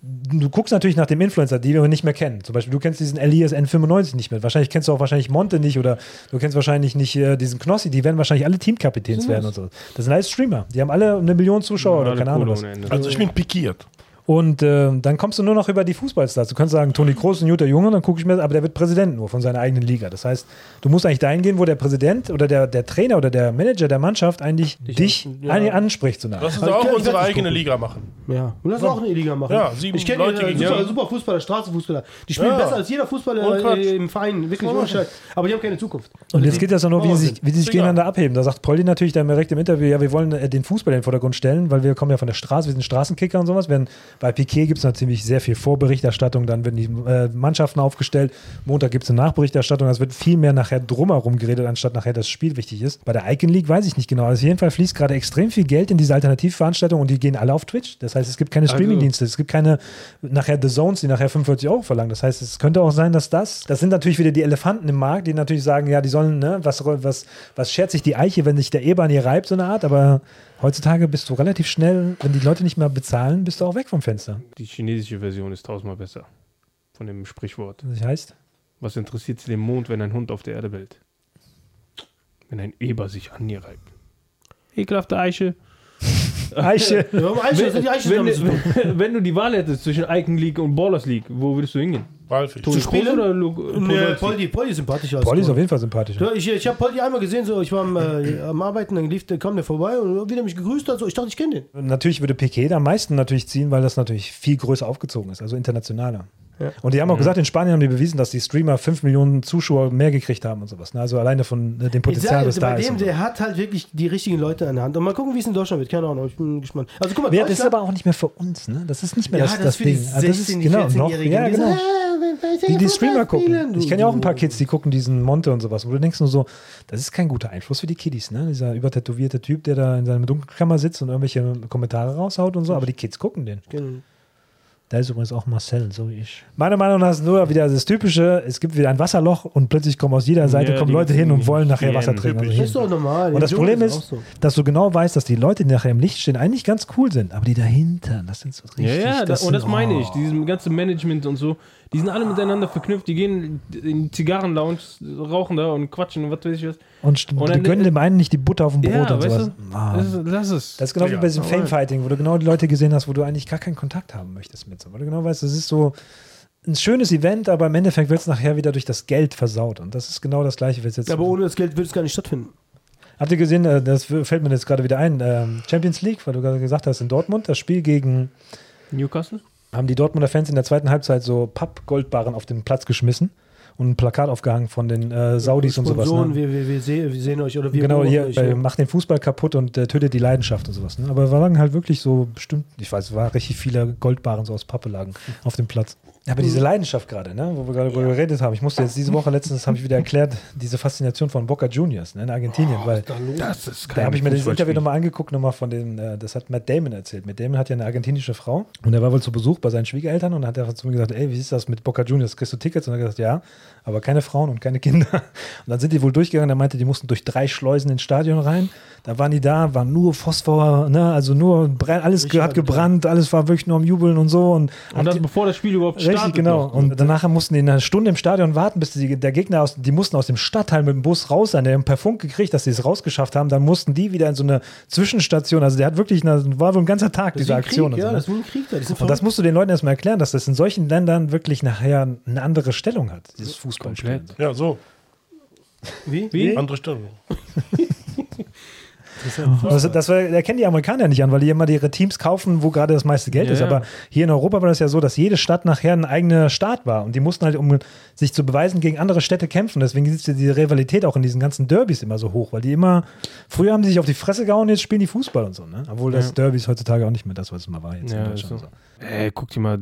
D: du guckst natürlich nach dem Influencer, die wir nicht mehr kennen. Zum Beispiel, du kennst diesen Elias N95 nicht mehr. Wahrscheinlich kennst du auch wahrscheinlich Monte nicht oder du kennst wahrscheinlich nicht äh, diesen Knossi. Die werden wahrscheinlich alle Teamkapitäns werden und so. Das sind alles Streamer. Die haben alle eine Million Zuschauer oder
A: Alle
D: keine Ahnung
A: Kohle
D: was.
A: ohne Ende.
B: Also ich bin pikiert.
D: Und äh, dann kommst du nur noch über die Fußballstars. Du kannst sagen, Toni Kroos ein guter Junge, dann gucke ich mir, aber der wird Präsident nur von seiner eigenen Liga. Das heißt, du musst eigentlich dahin gehen, wo der Präsident oder der, der Trainer oder der Manager der Mannschaft eigentlich dich,
C: ja.
D: an- anspricht. So nah.
B: Lass uns
C: Aber ich
B: auch
C: kann- ich
B: unsere
C: kann nicht
B: eigene Liga machen.
C: Ja. Und lass auch eine Liga machen.
B: Ja, sieben
C: ich kenne
B: Leute
C: Leute
B: gegen-
A: ja.
C: super, super Fußballer, Straßenfußballer. Die spielen
B: Ja.
C: besser als jeder
B: Ohne
C: Fußballer
B: Quatsch.
C: äh, im Verein. Wirklich ohne Scheiß. Aber die haben keine Zukunft.
D: Und jetzt geht das ja nur, wie
C: Oh,
D: sie sich, wie sie sich
B: Digga.
D: gegeneinander abheben. Da sagt Poldi natürlich dann direkt im Interview, ja, wir wollen äh, den Fußball in den Vordergrund stellen, weil wir kommen ja von der Straße, wir sind Straßenkicker und sowas. Während bei Piquet gibt es natürlich sehr viel Vorberichterstattung, dann werden die äh, Mannschaften aufgestellt, Montag gibt es eine Nachberichterstattung, es wird viel mehr nachher drumherum geredet, anstatt nachher das Spiel wichtig ist. Bei der Icon League weiß ich nicht genau. Also auf jeden Fall fließt gerade extrem viel Geld in diese Alternativveranstaltung und die gehen alle auf Twitch. Das heißt, es gibt keine Streamingdienste, es gibt keine nachher The Zones, die nachher 45 Euro verlangen. Das heißt, es könnte auch sein, dass das, das sind natürlich wieder die Elefanten im Markt, die natürlich sagen, ja, die sollen, ne, was, was, was schert sich die Eiche, wenn sich der Eber hier reibt, so eine Art, aber heutzutage bist du relativ schnell, wenn die Leute nicht mehr bezahlen, bist du auch weg vom Fenster.
A: Die chinesische Version ist tausendmal besser. Von dem Sprichwort.
D: Das heißt,
A: Was interessiert den Mond, wenn ein Hund auf der Erde bellt? Wenn ein Eber sich an ihr reibt. Ekelhafte Eiche.
D: Eiche.
C: Warum Eichel? Das sind die Eichel
A: wenn,
C: damit zu tun.
A: wenn, wenn du die Wahl hättest zwischen Icon League und Ballers League, wo würdest du hingehen?
B: Walfisch.
A: Toni Kroos
C: spielen?
A: oder Lu
C: Nee,
A: Podolski?
C: Poldi, Poldi ist sympathischer als
D: Polly ist
C: Kroos.
D: auf jeden Fall sympathisch.
C: Ja, ich ich habe Poldi einmal gesehen, so ich war am, äh, am Arbeiten, dann lief, der- kam der vorbei und wieder mich gegrüßt hat, so ich dachte, ich kenne den.
D: Natürlich würde Piquet am meisten natürlich ziehen, weil das natürlich viel größer aufgezogen ist, also internationaler. Und
C: Mhm.
D: die haben auch gesagt, in Spanien haben die bewiesen, dass die Streamer 5 Millionen Zuschauer mehr gekriegt haben und sowas. ne? Also alleine von äh, dem Potenzial,
C: ich
D: das
C: sag,
D: da
C: bei
D: ist.
C: dem,
D: und so.
C: der hat halt wirklich die richtigen Leute an der Hand. Und mal gucken, wie es in Deutschland wird. Keine Ahnung, ich bin gespannt. Also guck mal,
D: Ja, das ist
C: Deutschland-
D: aber auch nicht mehr für uns, ne? Das ist nicht mehr
C: Ja,
D: das, das,
C: das für die
D: Ding. Also das
C: 16-,
D: ist
C: die
D: genau noch.
C: 14-Jährigen,
D: Ja,
C: die
D: genau.
C: sagen,
D: Die, die Streamer gucken.
C: Du-
D: Ich kenne ja auch ein paar
C: du-
D: Kids, die gucken diesen Monte und sowas. Wo du denkst nur so, das ist kein guter Einfluss für die Kiddies, ne? Dieser übertätowierte Typ, der da in seiner Dunkelkammer sitzt und irgendwelche Kommentare raushaut und so. Aber die Kids gucken den.
C: Genau.
D: Da ist übrigens auch Marcel, so wie ich. Meiner Meinung nach ist nur wieder das Typische, es gibt wieder ein Wasserloch und plötzlich kommen aus jeder Seite
A: Ja,
D: kommen
A: die
D: Leute hin und wollen nachher
A: Hyänen,
D: Wasser trinken. Also
C: Das
D: hier-
C: ist doch normal.
D: und das
C: Jungs
D: Problem
C: ist auch
D: ist,
C: so.
D: dass du genau weißt, dass die Leute, die nachher im Licht stehen, eigentlich ganz cool sind, aber die dahinter, das sind so richtig.
A: Ja, ja, da, und
D: sind-
A: das meine ich.
D: oh.
A: Diesem ganzen Management und so, die sind alle miteinander verknüpft, die gehen in Zigarrenlounge, rauchen da und quatschen und was weiß ich was.
D: Und, st-
A: und
D: die
A: dann-
D: gönnen dem einen nicht die Butter auf dem
A: Ja,
D: Brot und
A: weißt
D: sowas.
A: du,
D: Mann.
A: Das ist, lass es.
D: Das ist genau wie
B: Ja,
D: bei diesem
A: normal.
D: Fame-Fighting, wo du genau die Leute gesehen hast, wo du eigentlich gar keinen Kontakt haben möchtest mit so. Weil du genau weißt, das ist so ein schönes Event, aber im Endeffekt wird es nachher wieder durch das Geld versaut. Und das ist genau das Gleiche, was jetzt.
C: Aber ohne das Geld würde es gar nicht stattfinden.
D: Habt ihr gesehen, äh, das fällt mir jetzt gerade wieder ein, ähm, Champions League, weil du gerade gesagt hast, in Dortmund, das Spiel gegen,
A: Newcastle?
D: haben die Dortmunder Fans in der zweiten Halbzeit so Papp-Goldbarren auf den Platz geschmissen und ein Plakat aufgehangen von den äh, Saudis und sowas.
C: Sponsoren,
D: Ne?
C: wir, wir, wir, sehen, wir sehen euch oder wir
D: Genau,
C: beobachten
D: hier
C: euch,
D: äh,
C: ja.
D: macht den Fußball kaputt und äh, tötet die Leidenschaft und sowas. Ne? Aber waren halt wirklich so bestimmt, ich weiß, war richtig viele Goldbarren so aus Pappe lagen auf dem Platz. Aber diese Leidenschaft gerade, ne, wo wir gerade drüber geredet haben, ich musste jetzt diese Woche letztens, habe ich wieder erklärt, diese Faszination von Boca Juniors ne, in Argentinien, weil
A: Das ist
D: da habe ich mir das Interview
A: Fußballspiel.
D: nochmal angeguckt, nochmal von den, äh, das hat Matt Damon erzählt. Matt Damon hat ja eine argentinische Frau und er war wohl zu Besuch bei seinen Schwiegereltern und hat einfach zu mir gesagt, ey, wie ist das mit Boca Juniors? Kriegst du Tickets? Und er hat gesagt, ja, aber keine Frauen und keine Kinder. Und dann sind die wohl durchgegangen, er meinte, die mussten durch drei Schleusen ins Stadion rein. Da waren die da, waren nur Phosphor, ne, also nur, Brenn- alles
C: Richtig,
D: hat gebrannt, alles war wirklich nur am Jubeln und so. Und,
A: Und das bevor das Spiel überhaupt startet.
D: Richtig, genau.
A: noch.
D: Und danach mussten die eine Stunde im Stadion warten, bis die, der Gegner aus, die mussten aus dem Stadtteil mit dem Bus raus sein. Der haben per Funk gekriegt, dass sie es rausgeschafft haben. Dann mussten die wieder in so eine Zwischenstation. Also der hat wirklich, eine, war so ein ganzer Tag,
C: Das ist
D: diese
C: wie ein
D: Aktion.
C: Krieg, ja,
D: und,
C: das ist
D: so,
C: wie ein Krieg da. Die sind
D: ne? und das
C: verrückt.
D: musst du den Leuten erstmal erklären, dass das in solchen Ländern wirklich nachher eine andere Stellung hat, dieses Fußballspiel.
A: Komplett.
B: Ja, so.
C: Wie?
A: Wie?
B: Andere Stellung.
D: Und Das, Also das war- erkennen die Amerikaner nicht an, weil die immer ihre Teams kaufen, wo gerade das meiste Geld
A: Ja,
D: ist.
A: ja.
D: Aber hier in Europa war das ja so, dass jede Stadt nachher ein eigener Staat war. Und die mussten halt, um sich zu beweisen, gegen andere Städte kämpfen. Deswegen sitzt ja die Rivalität auch in diesen ganzen Derbys immer so hoch, weil die immer, früher haben die sich auf die Fresse gehauen, jetzt spielen die Fußball und so. Ne? Obwohl das
A: Ja.
D: Derbys heutzutage auch nicht mehr das, was es mal war. Jetzt in
A: Ja, also.
D: Deutschland
A: so.
D: und so.
A: Ey, guck dir mal.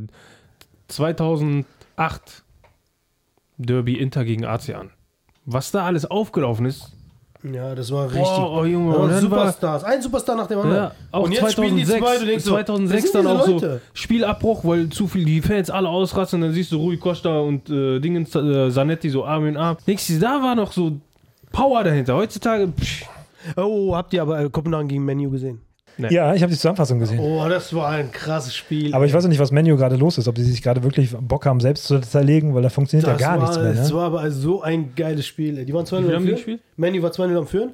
A: 2008 Derby Inter gegen AC an. Was da alles aufgelaufen ist.
C: Ja, das war richtig.
A: Boah, oh, Junge.
C: Ja,
A: und dann war-
C: Superstars. Ein Superstar nach dem anderen.
A: Ja, auch
C: und jetzt spielen die
A: 2006,
C: zwei, du denkst so,
A: 2006 dann
C: wer sind
A: auch
C: diese
A: so
C: Leute?
A: Spielabbruch, weil zu viel die Fans alle ausrasten. Dann siehst du Rui Costa und äh, Dingens, äh, Zanetti so Arm in Arm. Nächstes, da war noch so Power dahinter. Heutzutage, psch,
C: Oh, habt ihr aber äh, Kopenhagen gegen Menu gesehen?
D: Ja, ich habe die Zusammenfassung gesehen.
C: Oh, das war ein krasses Spiel.
D: Aber ich weiß auch nicht, was Menu gerade los ist, ob die sich gerade wirklich Bock haben, selbst zu zerlegen, weil da funktioniert
C: das
D: ja gar
C: war,
D: nichts mehr.
C: Es
D: Ne?
C: war aber so ein geiles Spiel. ey. Die waren 2-0
A: Wie viel
C: am
A: haben die
C: Führen.
A: gespielt?
C: Menu war 2-0 am Führen.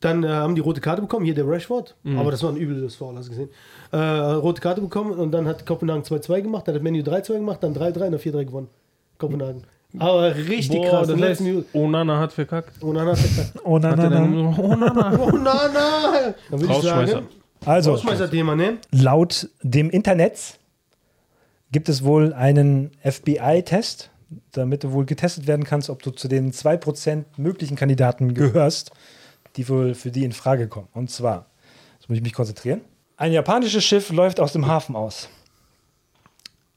C: Dann äh, haben die rote Karte bekommen. Hier der Rashford. Aber das war ein übles Foul, hast du gesehen. Äh, rote Karte bekommen und dann hat Kopenhagen 2-2 gemacht. Dann hat Menu 3-2 gemacht. Dann 3-3 und dann 4-3 gewonnen. Kopenhagen. Aber richtig
A: boah, das
C: krass. in den letzten
A: heißt,
C: Minuten.
A: Onana hat verkackt.
C: Und dann hat er
D: Oh nein,
A: Hat
D: nein,
A: er dann
D: nein.
A: nur- Onana.
C: Oh, na, na. Dann würde ich
A: Rausschmeißer.
C: sagen,
D: Also,
C: Rausschmeißer-Thema, ne?
D: laut dem Internet gibt es wohl einen FBI-Test, damit du wohl getestet werden kannst, ob du zu den 2% möglichen Kandidaten gehörst, die wohl für die in Frage kommen. Und zwar, jetzt muss ich mich konzentrieren, ein japanisches Schiff läuft aus dem Hafen aus.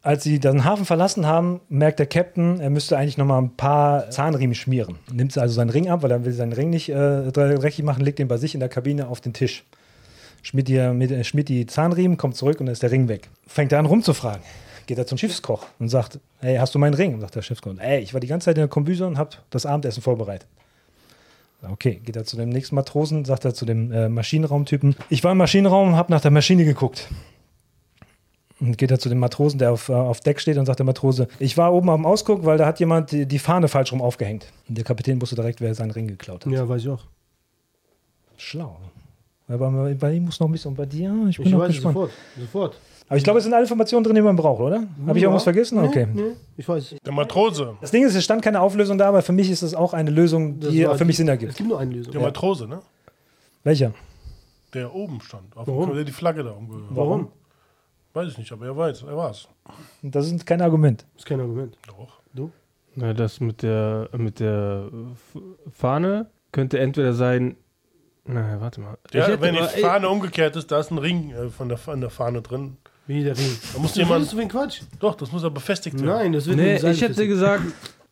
D: Als sie den Hafen verlassen haben, merkt der Captain, er müsste eigentlich noch mal ein paar Zahnriemen schmieren. Nimmt also seinen Ring ab, weil er will seinen Ring nicht äh, dreckig machen, legt den bei sich in der Kabine auf den Tisch schmiert die, mit, äh, schmiert die Zahnriemen, kommt zurück und dann ist der Ring weg. Fängt er an rumzufragen. Geht er zum Schiffskoch und sagt, hey, hast du meinen Ring? Und sagt der Schiffskoch, ey, ich war die ganze Zeit in der Kombüse und habe das Abendessen vorbereitet. Okay, geht er zu dem nächsten Matrosen, sagt er zu dem äh, Maschinenraumtypen, ich war im Maschinenraum, habe nach der Maschine geguckt. Und geht er zu dem Matrosen, der auf, äh, auf Deck steht und sagt der Matrose, ich war oben auf dem Ausguck, weil da hat jemand die, die Fahne falsch rum aufgehängt. Und der Kapitän wusste direkt, wer seinen Ring geklaut hat.
C: Ja, weiß ich auch.
D: Schlau. Aber bei ihm muss noch ein bisschen, und bei dir, ich bin
C: Ich
D: noch
C: weiß es
D: gespannt.
C: sofort. Sofort.
D: Aber ich glaube, es sind alle Informationen drin, die man braucht, oder? Habe ich
C: Ja.
D: irgendwas vergessen?
C: Nee,
D: Okay.
C: nee, ich weiß.
B: Der Matrose.
D: Das Ding ist, es stand keine Auflösung da, aber für mich ist es auch eine Lösung,
C: Das
D: die
C: war
D: für mich Sinn
C: Es
D: ergibt.
C: gibt nur eine Lösung.
B: Der Matrose, ne?
D: Welcher?
B: Der oben stand. Auf
C: Warum?
B: Dem, der die Flagge da umgehört.
C: Warum?
B: Weiß ich nicht, aber er weiß, er war's.
D: Das ist kein Argument.
C: ist kein Argument.
B: Doch.
A: Ja, das mit der, mit der F- Fahne könnte entweder sein. Na, warte mal.
B: Der,
A: Ich hätte
B: wenn die
A: aber-
B: Fahne umgekehrt ist, da ist ein Ring äh, von der, Fa- an der Fahne drin.
C: Wie der Ring.
B: Da muss
C: Das
B: jemand-
C: ist für ein Quatsch.
B: Doch, das muss er befestigt werden.
C: Nein, das wird
A: Nee,
C: nicht sein.
A: ich hätte gesagt,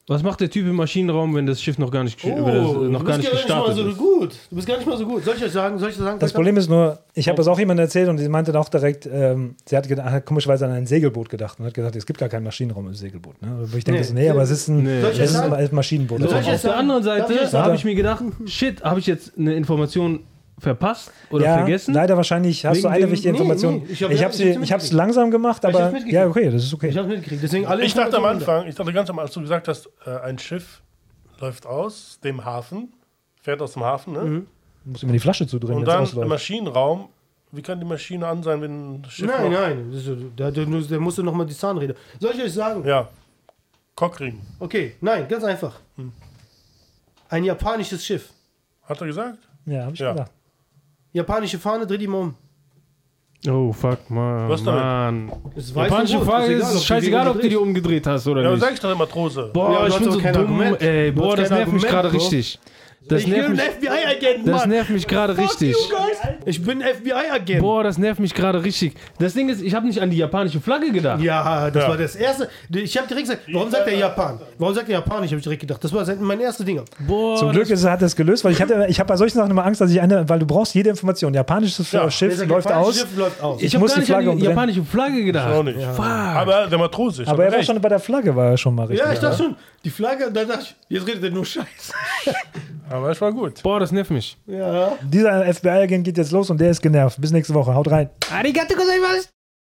A: was macht der Typ im Maschinenraum, wenn das Schiff noch gar nicht, gesch- wenn das, äh, noch gar nicht gestartet
C: Du Oh, bist gar nicht mal so
A: ist?
C: gut. Du bist gar nicht mal so gut. Soll ich euch sagen? Soll ich das sagen?
D: Das Problem ist nur, ich
C: Oh.
D: habe das auch jemandem erzählt und sie meinte dann auch direkt, ähm, sie hat, gedacht, hat komischerweise an ein Segelboot gedacht und hat gesagt, es gibt gar keinen Maschinenraum im Segelboot. Ne? Wo ich denke,
C: Nee.
D: das- nee, aber es ist ein,
A: Nee.
C: Soll
D: es
C: ich jetzt
D: ist ein
C: sagen?
D: altes Maschinenboot.
C: Soll
A: Auf
C: ich jetzt
A: der
C: sagen?
A: anderen
C: Darf ich
A: Seite
C: jetzt
A: habe
D: sagen?
A: ich mir gedacht, shit, habe ich jetzt eine Information verpasst oder
D: ja,
A: vergessen?
D: leider wahrscheinlich hast
A: Wegen
D: du eine
A: dem-
D: wichtige
C: nee,
D: Information.
C: nee,
D: ich
C: ich hab-
D: habe
C: ich
D: hab
C: hab's
D: sie, ich
C: mitgekriegt.
D: habe es langsam gemacht,
C: Ich
D: aber
C: hab's mitgekriegt.
D: ja, okay, das ist okay.
C: Ich habe mitgekriegt. Deswegen alle
B: Ich dachte am
C: Informationen
B: Anfang, ich dachte ganz am Anfang, als du gesagt hast, äh, ein Schiff läuft aus dem Hafen, fährt aus dem Hafen, ne?
A: Mhm.
D: muss immer die Flasche zudrehen,
B: Und
D: wenn's
B: dann
D: ausläuft.
B: im Maschinenraum. Wie kann die Maschine an sein, wenn das
C: da.
B: Schiff
C: Nein,
B: noch-
C: nein. Das ist, der, der, der musste nochmal die Zahnräder. Soll ich euch sagen?
B: Ja. Cockring.
C: Okay, nein, ganz einfach. Ein japanisches Schiff.
B: Hat er gesagt?
D: Ja, habe ich
B: Ja.
D: gedacht.
C: Japanische Fahne, dreh die mal um.
A: Oh, fuck, man.
B: Was damit?
A: Mann.
C: Das weiß
A: Japanische
C: man gut.
A: Frage
C: egal,
A: ist,
C: ob die
A: scheißegal,
C: die
A: ob du die
C: umdrehst.
A: umgedreht hast
B: Ja,
A: oder
B: aber
A: nicht.
B: sag ich doch der Matrose.
A: Boah,
C: Ja,
A: ich
C: du
A: bin
C: hast
A: so
C: doch kein
A: dumm,
C: Argument.
A: ey.
C: Du
A: Boah,
C: hast
A: das
C: kein
A: nervt mich
C: Argument,
A: gerade
C: Bro.
A: richtig. Das
C: Ich
A: nervt
C: bin
A: mich,
C: ein FBI-Agent,
A: das
C: Mann.
A: nervt mich gerade richtig.
C: Ich bin FBI-Agent.
A: Boah, das nervt mich gerade richtig. Das Ding ist, ich habe nicht an die japanische Flagge gedacht.
C: Ja, das
B: Ja.
C: war das erste. Ich habe direkt gesagt, warum sagt er Japan? Warum sagt er Japan? Ich habe direkt gedacht, das war mein erstes Ding.
A: Boah,
D: Zum Glück ist, hat das gelöst, weil ich hatte, ich habe bei solchen Sachen immer Angst, dass ich eine, weil du brauchst jede Information. Japanisches
B: Ja,
D: Schiff
C: Dieser
D: läuft
C: japanische
D: aus.
C: Schiff läuft aus.
A: ich
D: ich
A: habe
D: muss
A: gar
D: die
A: nicht an
D: Flagge
A: die
D: umdrehen.
A: japanische Flagge gedacht.
B: Auch nicht. Aber der Matrose. ich
D: Aber
B: hab
D: er war
B: recht.
D: schon bei der Flagge, war er schon mal richtig.
C: ja, ich dachte schon, die Flagge, da dachte ich, jetzt redet er nur Scheiß.
B: Aber ich war gut.
A: Boah, das nervt mich.
C: Ja.
D: Dieser FBI-Agent geht jetzt los und der ist genervt. Bis nächste Woche. Haut rein.
A: Arigato gozaimasu.